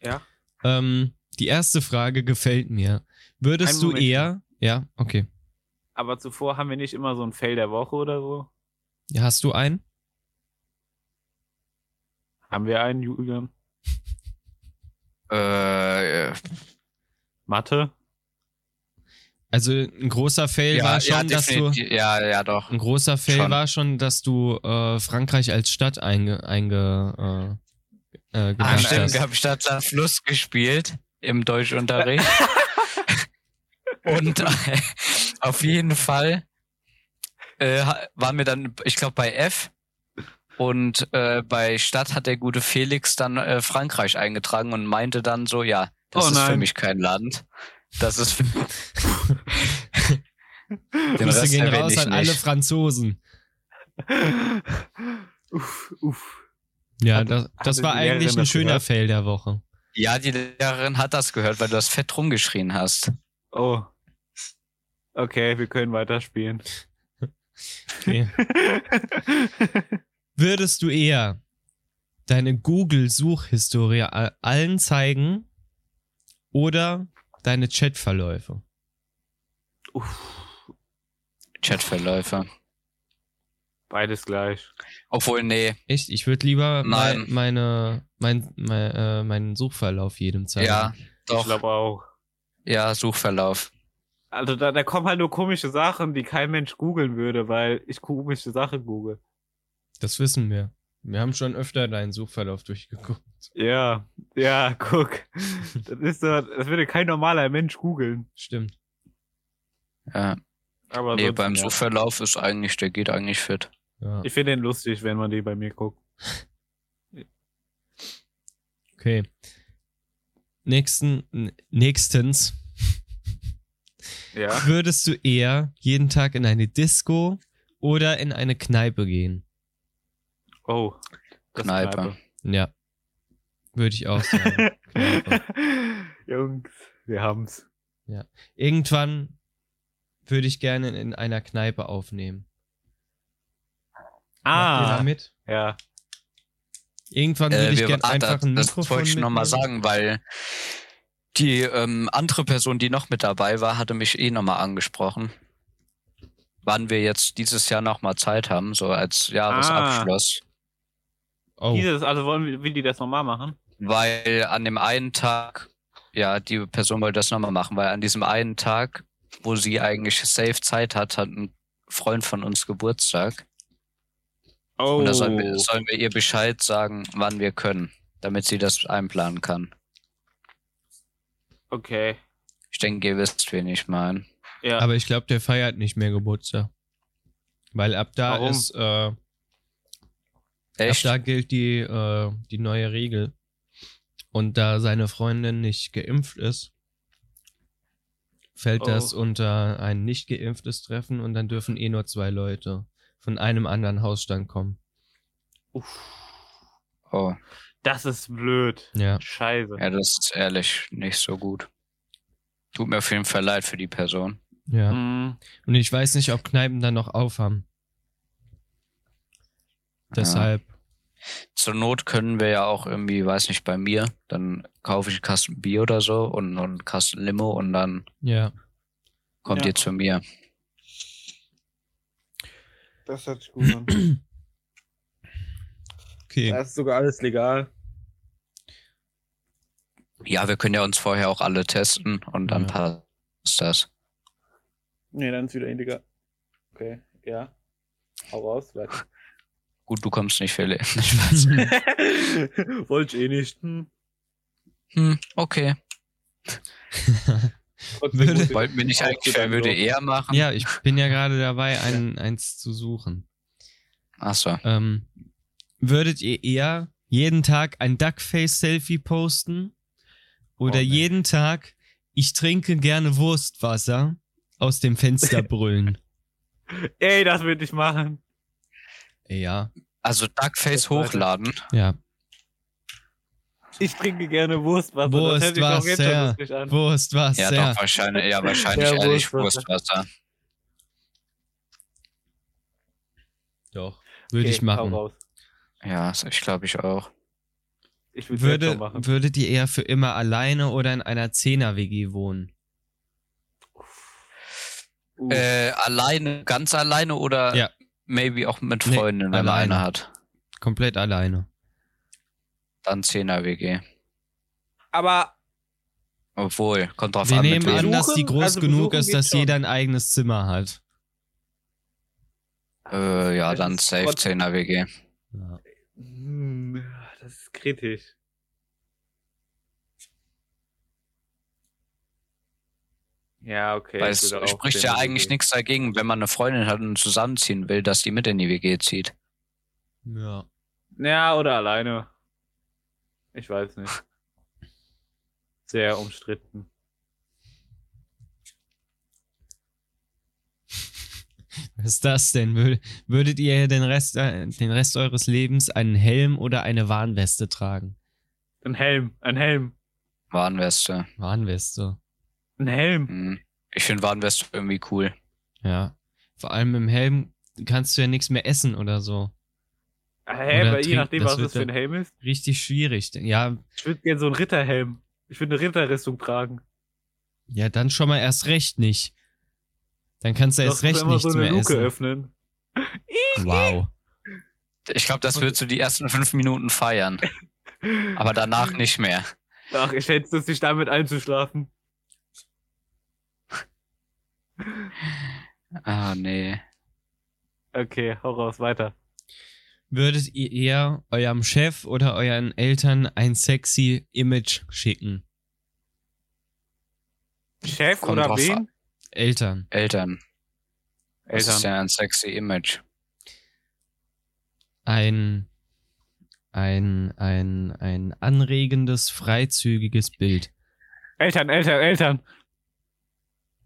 Ja. Ähm, die erste Frage gefällt mir. Würdest Einen du Moment. eher. Ja, okay. Aber zuvor haben wir nicht immer so ein Fail der Woche oder so. Ja, Hast du einen? Haben wir einen, Julian? äh, Mathe? Also ein großer Fail ja, war ja, schon, dass du. definitiv. ja, ja, doch. Ein großer Fail Schon. war schon, dass du äh, Frankreich als Stadt einge, einge äh, äh, Ah, gemacht stimmt, wir hast. haben statt Land Fluss gespielt im Deutschunterricht. Und äh, auf jeden Fall äh, ha- waren wir dann, ich glaube, bei F. Und äh, bei Stadt hat der gute Felix dann äh, Frankreich eingetragen und meinte dann so, ja, das Oh ist für nein. mich kein Land. Das ist für Den Grüße Rest gehen erwähne raus ich an alle nicht. Franzosen. uff, uff. Ja, Hat- das, hat das die war Lehrerin eigentlich ein das schöner gehört? Fail der Woche. Ja, die Lehrerin hat das gehört, weil du das fett rumgeschrien hast. Oh. Okay, wir können weiterspielen. Okay. Würdest du eher deine Google-Suchhistorie a- allen zeigen oder deine Chatverläufe? uff. Chatverläufe. Beides gleich. Obwohl, nee, Echt? Ich würde lieber Nein. mein, meine, mein, mein, äh, meinen Suchverlauf jedem zeigen. ja, Ich doch. glaube auch. Ja, Suchverlauf. Also da, da kommen halt nur komische Sachen, die kein Mensch googeln würde, weil ich komische Sachen google. Das wissen wir. Wir haben schon öfter deinen Suchverlauf durchgeguckt. Ja, ja, guck. Das ist so, das würde kein normaler Mensch googeln. Stimmt. Ja. Aber Nee, sonst, beim ja. Suchverlauf ist eigentlich, der geht eigentlich fit. Ja. Ich finde den lustig, wenn man die bei mir guckt. Okay. Nächsten, n- nächstens. Ja. Würdest du eher jeden Tag in eine Disco oder in eine Kneipe gehen? Oh. das ist Kneipe. Ja. Würde ich auch sagen. Kneipe. Jungs, wir haben's. Irgendwann würde ich gerne in einer Kneipe aufnehmen. Macht ihr da Ah, mit? ja. Irgendwann würde Äh, ich wir- gerne ah, einfach ein das, Mikrofon das wollte ich nochmal mitnehmen. sagen, weil die ähm, andere Person, die noch mit dabei war, hatte mich eh nochmal angesprochen. Wann wir jetzt dieses Jahr nochmal Zeit haben, so als Ah. Jahresabschluss. Oh, Dieses, also wollen wir, will die das nochmal machen? Weil an dem einen Tag, ja, die Person wollte das nochmal machen, weil an diesem einen Tag, wo sie eigentlich safe Zeit hat, hat ein Freund von uns Geburtstag. Oh. Und da sollen Oh. wir, sollen wir ihr Bescheid sagen, wann wir können, damit sie das einplanen kann. Okay. Ich denke, ihr wisst, wen ich meine. Ja. Oh, aber ich glaube, der feiert nicht mehr Geburtstag. Weil ab da Warum? ist, äh, ab Echt? da gilt die, äh, die neue Regel. Und da seine Freundin nicht geimpft ist, fällt Oh. das unter ein nicht geimpftes Treffen und dann dürfen eh nur zwei Leute von einem anderen Hausstand kommen. Uff. Oh, Das ist blöd. Ja. Scheiße. ja, das ist ehrlich nicht so gut. Tut mir auf jeden Fall leid für die Person. Ja. Mhm. Mm, Und ich weiß nicht, ob Kneipen dann noch aufhaben. Deshalb. Zur Not können wir ja auch irgendwie, weiß nicht, bei mir, dann kaufe ich einen Kasten Bier oder so und, und einen Kasten Limo und dann Ja. kommt Ja. ihr zu mir. Das hört sich gut an. Okay. ist sogar alles legal. Ja, wir können ja uns vorher auch alle testen und dann passt das. Nee, dann ist wieder illegal. Okay, ja. Hau raus, weiter. Gut, du kommst nicht, Philipp. Wollte ich eh nicht. Hm. Hm, okay. Trotzdem Würde- muss ich- Wollten wir nicht eigentlich, wer würde eher machen? ja, ich bin ja gerade dabei, ein, eins zu suchen. Achso. Ähm, würdet ihr eher jeden Tag ein Duckface-Selfie posten? Oder Oh, nee. jeden Tag, ich trinke gerne Wurstwasser aus dem Fenster brüllen? Ey, das würde ich machen. ja. Also Duckface Das weiter. hochladen. Ja. Ich trinke gerne Wurstwasser. das hört sich doch jetzt schon Wurstwasser. lustig an. Ja, Wurstwasser. doch, wahrscheinlich, ja, wahrscheinlich Ja, ehrlich Wurstwasser. Wurstwasser. Doch. Würde Okay, ich machen. hau raus. Ja, so- ich glaube ich auch. Ich würde würde Würde, schon machen. würdet ihr eher für immer alleine oder in einer Zehner-WG wohnen? Uh, Äh, alleine, ganz alleine oder Ja. maybe auch mit Nee, Freunden, wenn man alleine. eine hat. Komplett alleine. Dann 10er WG. Aber Obwohl, kommt drauf Wir an, nehmen mit an, wem. dass die Besuchen- groß also genug besuchen ist, geht dass schon. jeder ein eigenes Zimmer hat. Äh, ja, Das dann ist safe trotzdem- 10er WG. Ja. hm, das ist kritisch. Ja, okay. Weil ich es würde auch spricht den ja Weg eigentlich gehen. nichts dagegen, wenn man eine Freundin hat und zusammenziehen will, dass die mit in die WG zieht. ja. Ja, oder alleine. Ich weiß nicht. Sehr umstritten. Was ist das denn? Wür- Würdet ihr den Rest, äh, den Rest eures Lebens einen Helm oder eine Warnweste tragen? Ein Helm, ein Helm, Warnweste. Warnweste. ein Helm. Hm. Ich finde Warnweste irgendwie cool. Ja. Vor allem im Helm kannst du ja nichts mehr essen oder so. Hä, Oder aber je trinken, nachdem, das was wird das für dann- ein Helm ist. Richtig schwierig. Ja, Ich würde gerne so einen Ritterhelm. Ich würde eine Ritterrüstung tragen. ja, dann schon mal erst recht nicht. Dann kannst du Doch, erst recht immer nichts so eine mehr Luke essen. öffnen. Wow. Ich glaube, das würdest du die ersten fünf Minuten feiern, aber danach nicht mehr. Ach, ich schätze es nicht damit einzuschlafen. Ah, nee. Okay, hau raus, weiter. Würdet ihr eher eurem Chef oder euren Eltern ein sexy Image schicken? Chef Kommt oder drauf wen? Eltern. Eltern. Das ist Eltern. ja ein sexy Image. Ein, ein, ein, ein anregendes, freizügiges Bild. Eltern, Eltern, Eltern.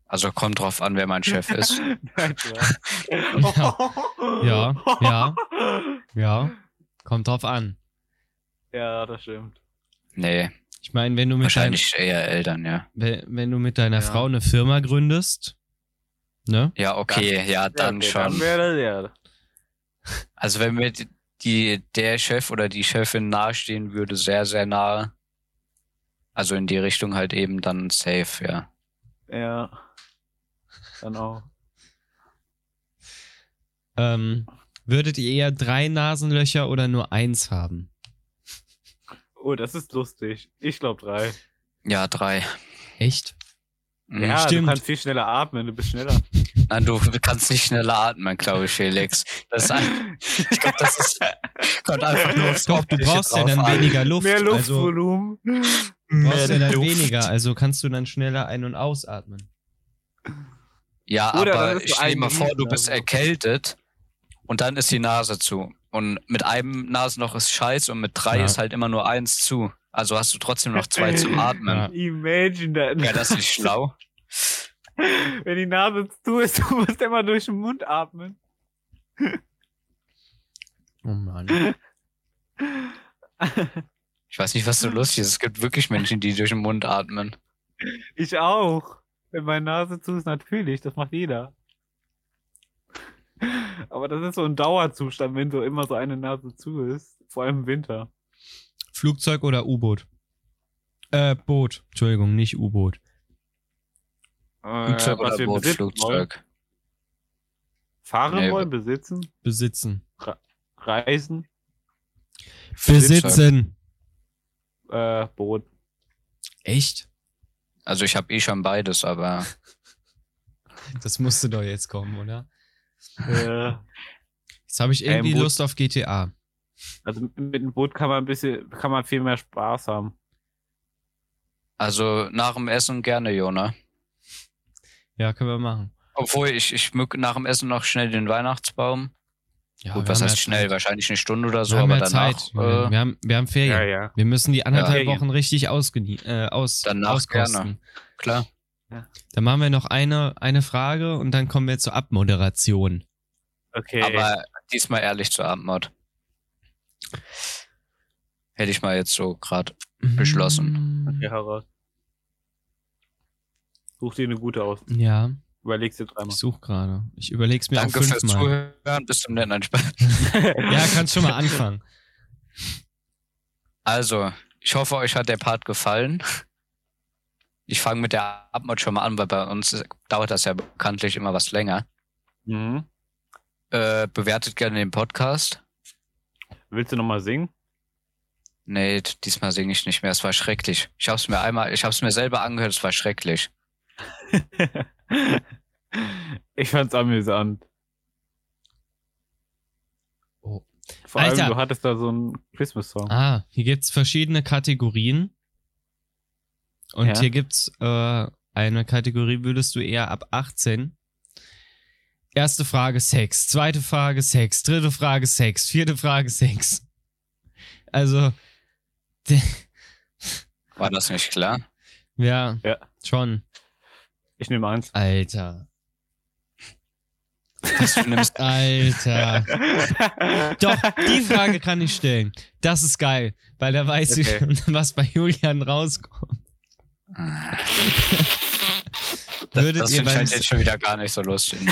Also kommt drauf an, wer mein Chef ist. Nein, Spaß. Ja, ja, Ja, Kommt drauf an. Ja, das stimmt. Nee, Ich meine, wenn du mit dein, wahrscheinlich eher Eltern, ja. wenn wenn du mit deiner Ja. Frau eine Firma gründest, ne? Ja, okay, ja, dann ja, okay, schon. Dann wäre das also wenn mir die- die, der Chef oder die Chefin nahestehen würde, sehr, sehr nahe. Also in die Richtung halt eben dann safe, ja. ja. Ja. Dann auch. Ähm, würdet ihr eher drei Nasenlöcher oder nur eins haben? Oh, das ist lustig. Ich glaube drei. Ja, drei. Echt? Mhm. ja, stimmt. du kannst viel schneller atmen, du bist schneller. Nein, du kannst nicht schneller atmen, glaube ich, Felix. Das ist ein, ich glaube, das ist, kommt einfach nur aufs Doch, du Optische brauchst ja drauf dann an. weniger Luft. Mehr Also, Luftvolumen. du brauchst ja Mehr dann Luft. weniger, also kannst du dann schneller ein- und ausatmen. Ja, Oder dann aber ist so ich stell dir ein mal vor, du Riesen- bist erkältet und dann ist die Nase zu. Und mit einem Nasenloch ist scheiß und mit drei Ja. ist halt immer nur eins zu. Also hast du trotzdem noch zwei zum Atmen. Imagine Ja, dann, das ist nicht schlau. wenn die Nase zu ist, du musst immer durch den Mund atmen. Oh Mann. Ich weiß nicht, was so lustig ist. Es gibt wirklich Menschen, die durch den Mund atmen. Ich auch. Wenn meine Nase zu ist, natürlich, das macht jeder. Aber das ist so ein Dauerzustand, wenn so immer so eine Nase zu ist. Vor allem im Winter. Flugzeug oder U-Boot? Äh, Boot. Entschuldigung, nicht U-Boot. Äh, Flugzeug was oder wir Boot, besitzen Wollen, Flugzeug. fahren Nee, wollen, besitzen, Besitzen. reisen, Flugzeug. Besitzen. äh, Boot. Echt? Also ich habe eh schon beides, aber Das musste doch jetzt kommen, oder? Äh, Jetzt habe ich irgendwie Ähm, Boot. Lust auf GTA. also mit, mit dem Boot kann man ein bisschen, kann man viel mehr Spaß haben. also nach dem Essen gerne, Jona. Ja, können wir machen. Obwohl, ich, ich mück nach dem Essen noch schnell den Weihnachtsbaum. Ja, Gut, wir was haben heißt ja schnell? Zeit. Wahrscheinlich eine Stunde oder so, wir haben aber ja danach, Zeit. Julian. äh, wir, haben, wir haben Ferien. Ja, ja. Wir müssen die anderthalb Ja. Wochen richtig ausgenie äh, aus Danach auskosten. gerne. klar. Dann machen wir noch eine, eine Frage und dann kommen wir zur Abmoderation. Okay. Aber diesmal ehrlich zur Abendmaut. Hätte ich mal jetzt so gerade. Mhm. Beschlossen. okay, heraus. Such dir eine gute aus. Ja, Überlegst dir dreimal. ich suche gerade. Ich überlege es mir Danke auch fürs fünfmal. Zuhören. Bis zum netten Spaß. Ja, kannst schon mal anfangen. Also, ich hoffe, euch hat der Part gefallen. Ich fange mit der Abmod schon mal an, weil bei uns dauert das ja bekanntlich immer was länger. Mhm. Äh, bewertet gerne den Podcast. Willst du nochmal singen? Nee, d- diesmal singe ich nicht mehr. Es war schrecklich. Ich hab's mir einmal, ich hab's mir selber angehört. Es war schrecklich. ich fand's amüsant. Oh. Vor Alter. allem, du hattest da so einen Christmas-Song. Ah, hier gibt's verschiedene Kategorien. Und Ja. hier gibt's äh, eine Kategorie, würdest du eher ab 18. Erste Frage Sex, zweite Frage Sex, dritte Frage Sex, vierte Frage Sex. Also, War das nicht klar? ja, Ja. schon. Ich nehme eins. Alter, Dass du nimmst, Alter. Doch, die Frage kann ich stellen. Das ist geil, weil da weiß ich Okay. schon, was bei Julian rauskommt. Würdet das ihr find ich beim halt jetzt schon wieder gar nicht so lustig.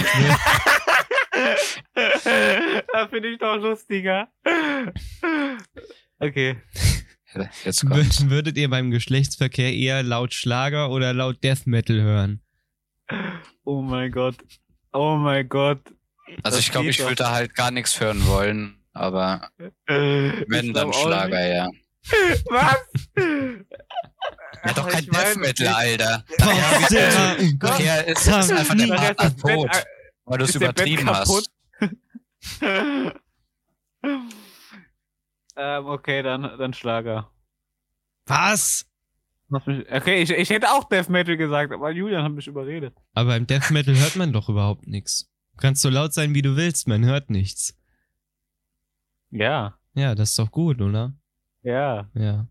das finde ich doch lustiger. Okay. Jetzt kommt's. Wür- Würdet ihr beim Geschlechtsverkehr eher laut Schlager oder laut Death Metal hören? Oh mein Gott. Oh mein Gott. Also Das ich glaube, geht ich doch. würde halt gar nichts hören wollen, aber wenn, dann Schlager, ja. Was? Ja, doch kein Death Metal, Alter. Boah, Sarah, Gott. Nachher ist, ist einfach der Nachher ist Partner das Bett tot, a- weil du es ist der Bett übertrieben hast. kaputt. ähm, okay, dann, dann Schlager. Was? Mach mich- Okay, ich, ich hätte auch Death Metal gesagt, aber Julian hat mich überredet. Aber im Death Metal hört man doch überhaupt nichts. Du kannst so laut sein, wie du willst, man hört nichts. Ja, Ja, das ist doch gut, oder? ja. Ja.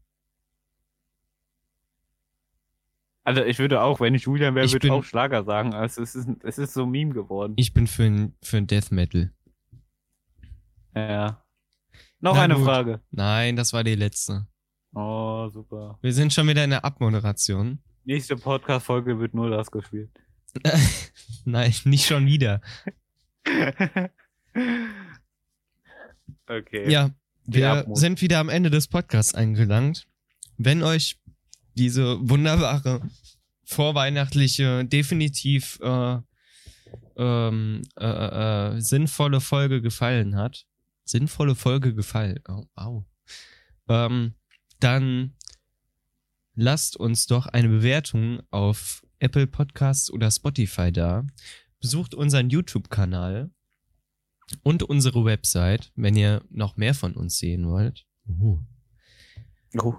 Also ich würde auch, wenn ich Julian wäre, Ich würde ich bin- auch Schlager sagen. Also es ist, es ist so ein Meme geworden. Ich bin für ein, für ein Death Metal. ja. Noch Na eine gut. Frage. Nein, das war die letzte. Oh, super. Wir sind schon wieder in der Abmoderation. Nächste Podcast-Folge wird nur das gespielt. Nein, nicht schon wieder. okay. Ja, Die wir Abmut. sind wieder am Ende des Podcasts angelangt. Wenn euch diese wunderbare vorweihnachtliche, definitiv äh, ähm, äh, äh, sinnvolle Folge gefallen hat, sinnvolle Folge gefallen, oh, au. ähm, dann lasst uns doch eine Bewertung auf Apple Podcasts oder Spotify da. Besucht unseren YouTube-Kanal und unsere Website, wenn ihr noch mehr von uns sehen wollt. Mhm. Oh,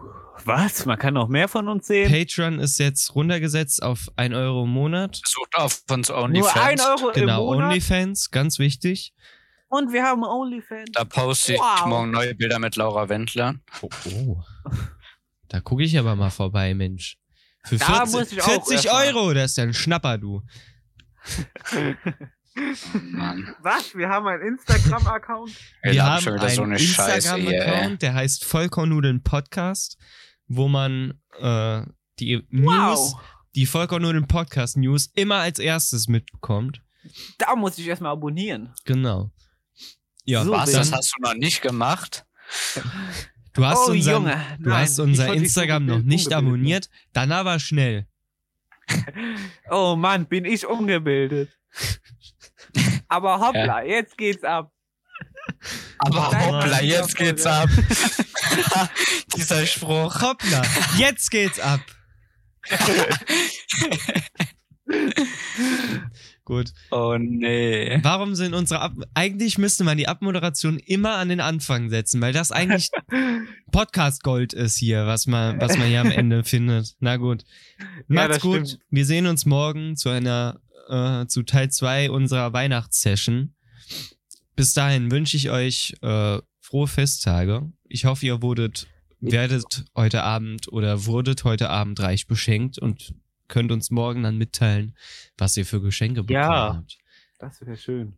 was? Man kann noch mehr von uns sehen? Patreon ist jetzt runtergesetzt auf 1 Euro im Monat. Sucht auf uns nur ein OnlyFans. Euro Genau, im Monat OnlyFans, ganz wichtig. und wir haben OnlyFans. Da poste ich Wow. morgen neue Bilder mit Laura Wendler. Oh, oh. Da gucke ich aber mal vorbei, Mensch. Für Da 40, muss ich auch 40 erstmal. Euro, das ist ja ein Schnapper, du. Mann. Was? Wir haben einen Instagram-Account? Wir, Wir haben, haben schon wieder einen so eine Scheiße hier, ey. Instagram-Account, der heißt Vollkornnudeln Podcast, wo man äh, die News, wow. die Vollkornnudeln Podcast News immer als erstes mitbekommt. Da muss ich erstmal abonnieren. Genau. Ja, So Was? dann- Das hast du noch nicht gemacht? du hast oh, unseren, Junge. Du nein, hast ich unser wollte dich Instagram noch ungebildet- nicht ungebildet abonniert, dann aber schnell. machen. Oh Mann, bin ich ungebildet. Aber hoppla, jetzt geht's ab. Aber Nein, hoppla, nein, jetzt nein. geht's ab. Dieser Spruch. Hoppla, jetzt geht's ab. Gut. Oh nee. Warum sind unsere ab eigentlich müsste man die Abmoderation immer an den Anfang setzen, weil das eigentlich Podcast Gold ist hier, was man was man hier am Ende findet. Na gut. Macht's das gut. stimmt. Wir sehen uns morgen zu einer äh, zu Teil 2 unserer Weihnachtssession. Bis dahin wünsche ich euch äh, frohe Festtage. Ich hoffe, ihr wurdet werdet heute Abend oder wurdet heute Abend reich beschenkt und könnt uns morgen dann mitteilen, was ihr für Geschenke bekommen Ja. habt. Das wäre schön.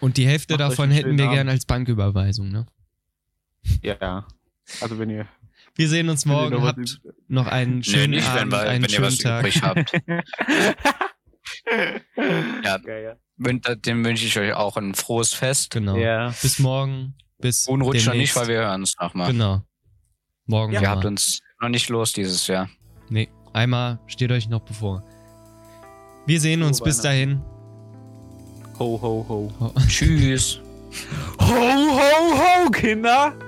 Und die Hälfte Macht euch davon einen hätten schönen wir Abend. gern als Banküberweisung, ne? Ja. Also wenn ihr. Wir sehen uns wenn ihr morgen. noch was Habt noch einen schönen nee, nicht, Abend, wenn, wir- einen wenn ihr schönen was Tag. übrig habt. üb- Ja. Geil, Wün- Dem wünsche ich euch auch ein frohes Fest. Genau. ja. ja. Bis morgen. Bis Ruhen rutscht noch nicht, demnächst. weil wir hören uns nochmal. Genau. Morgen Ihr habt nochmal. uns noch nicht los dieses Jahr. Nee, einmal steht euch noch bevor. Wir sehen Frohe uns bis dahin. Ho, ho, ho. Tschüss. Ho, ho, ho, Kinder!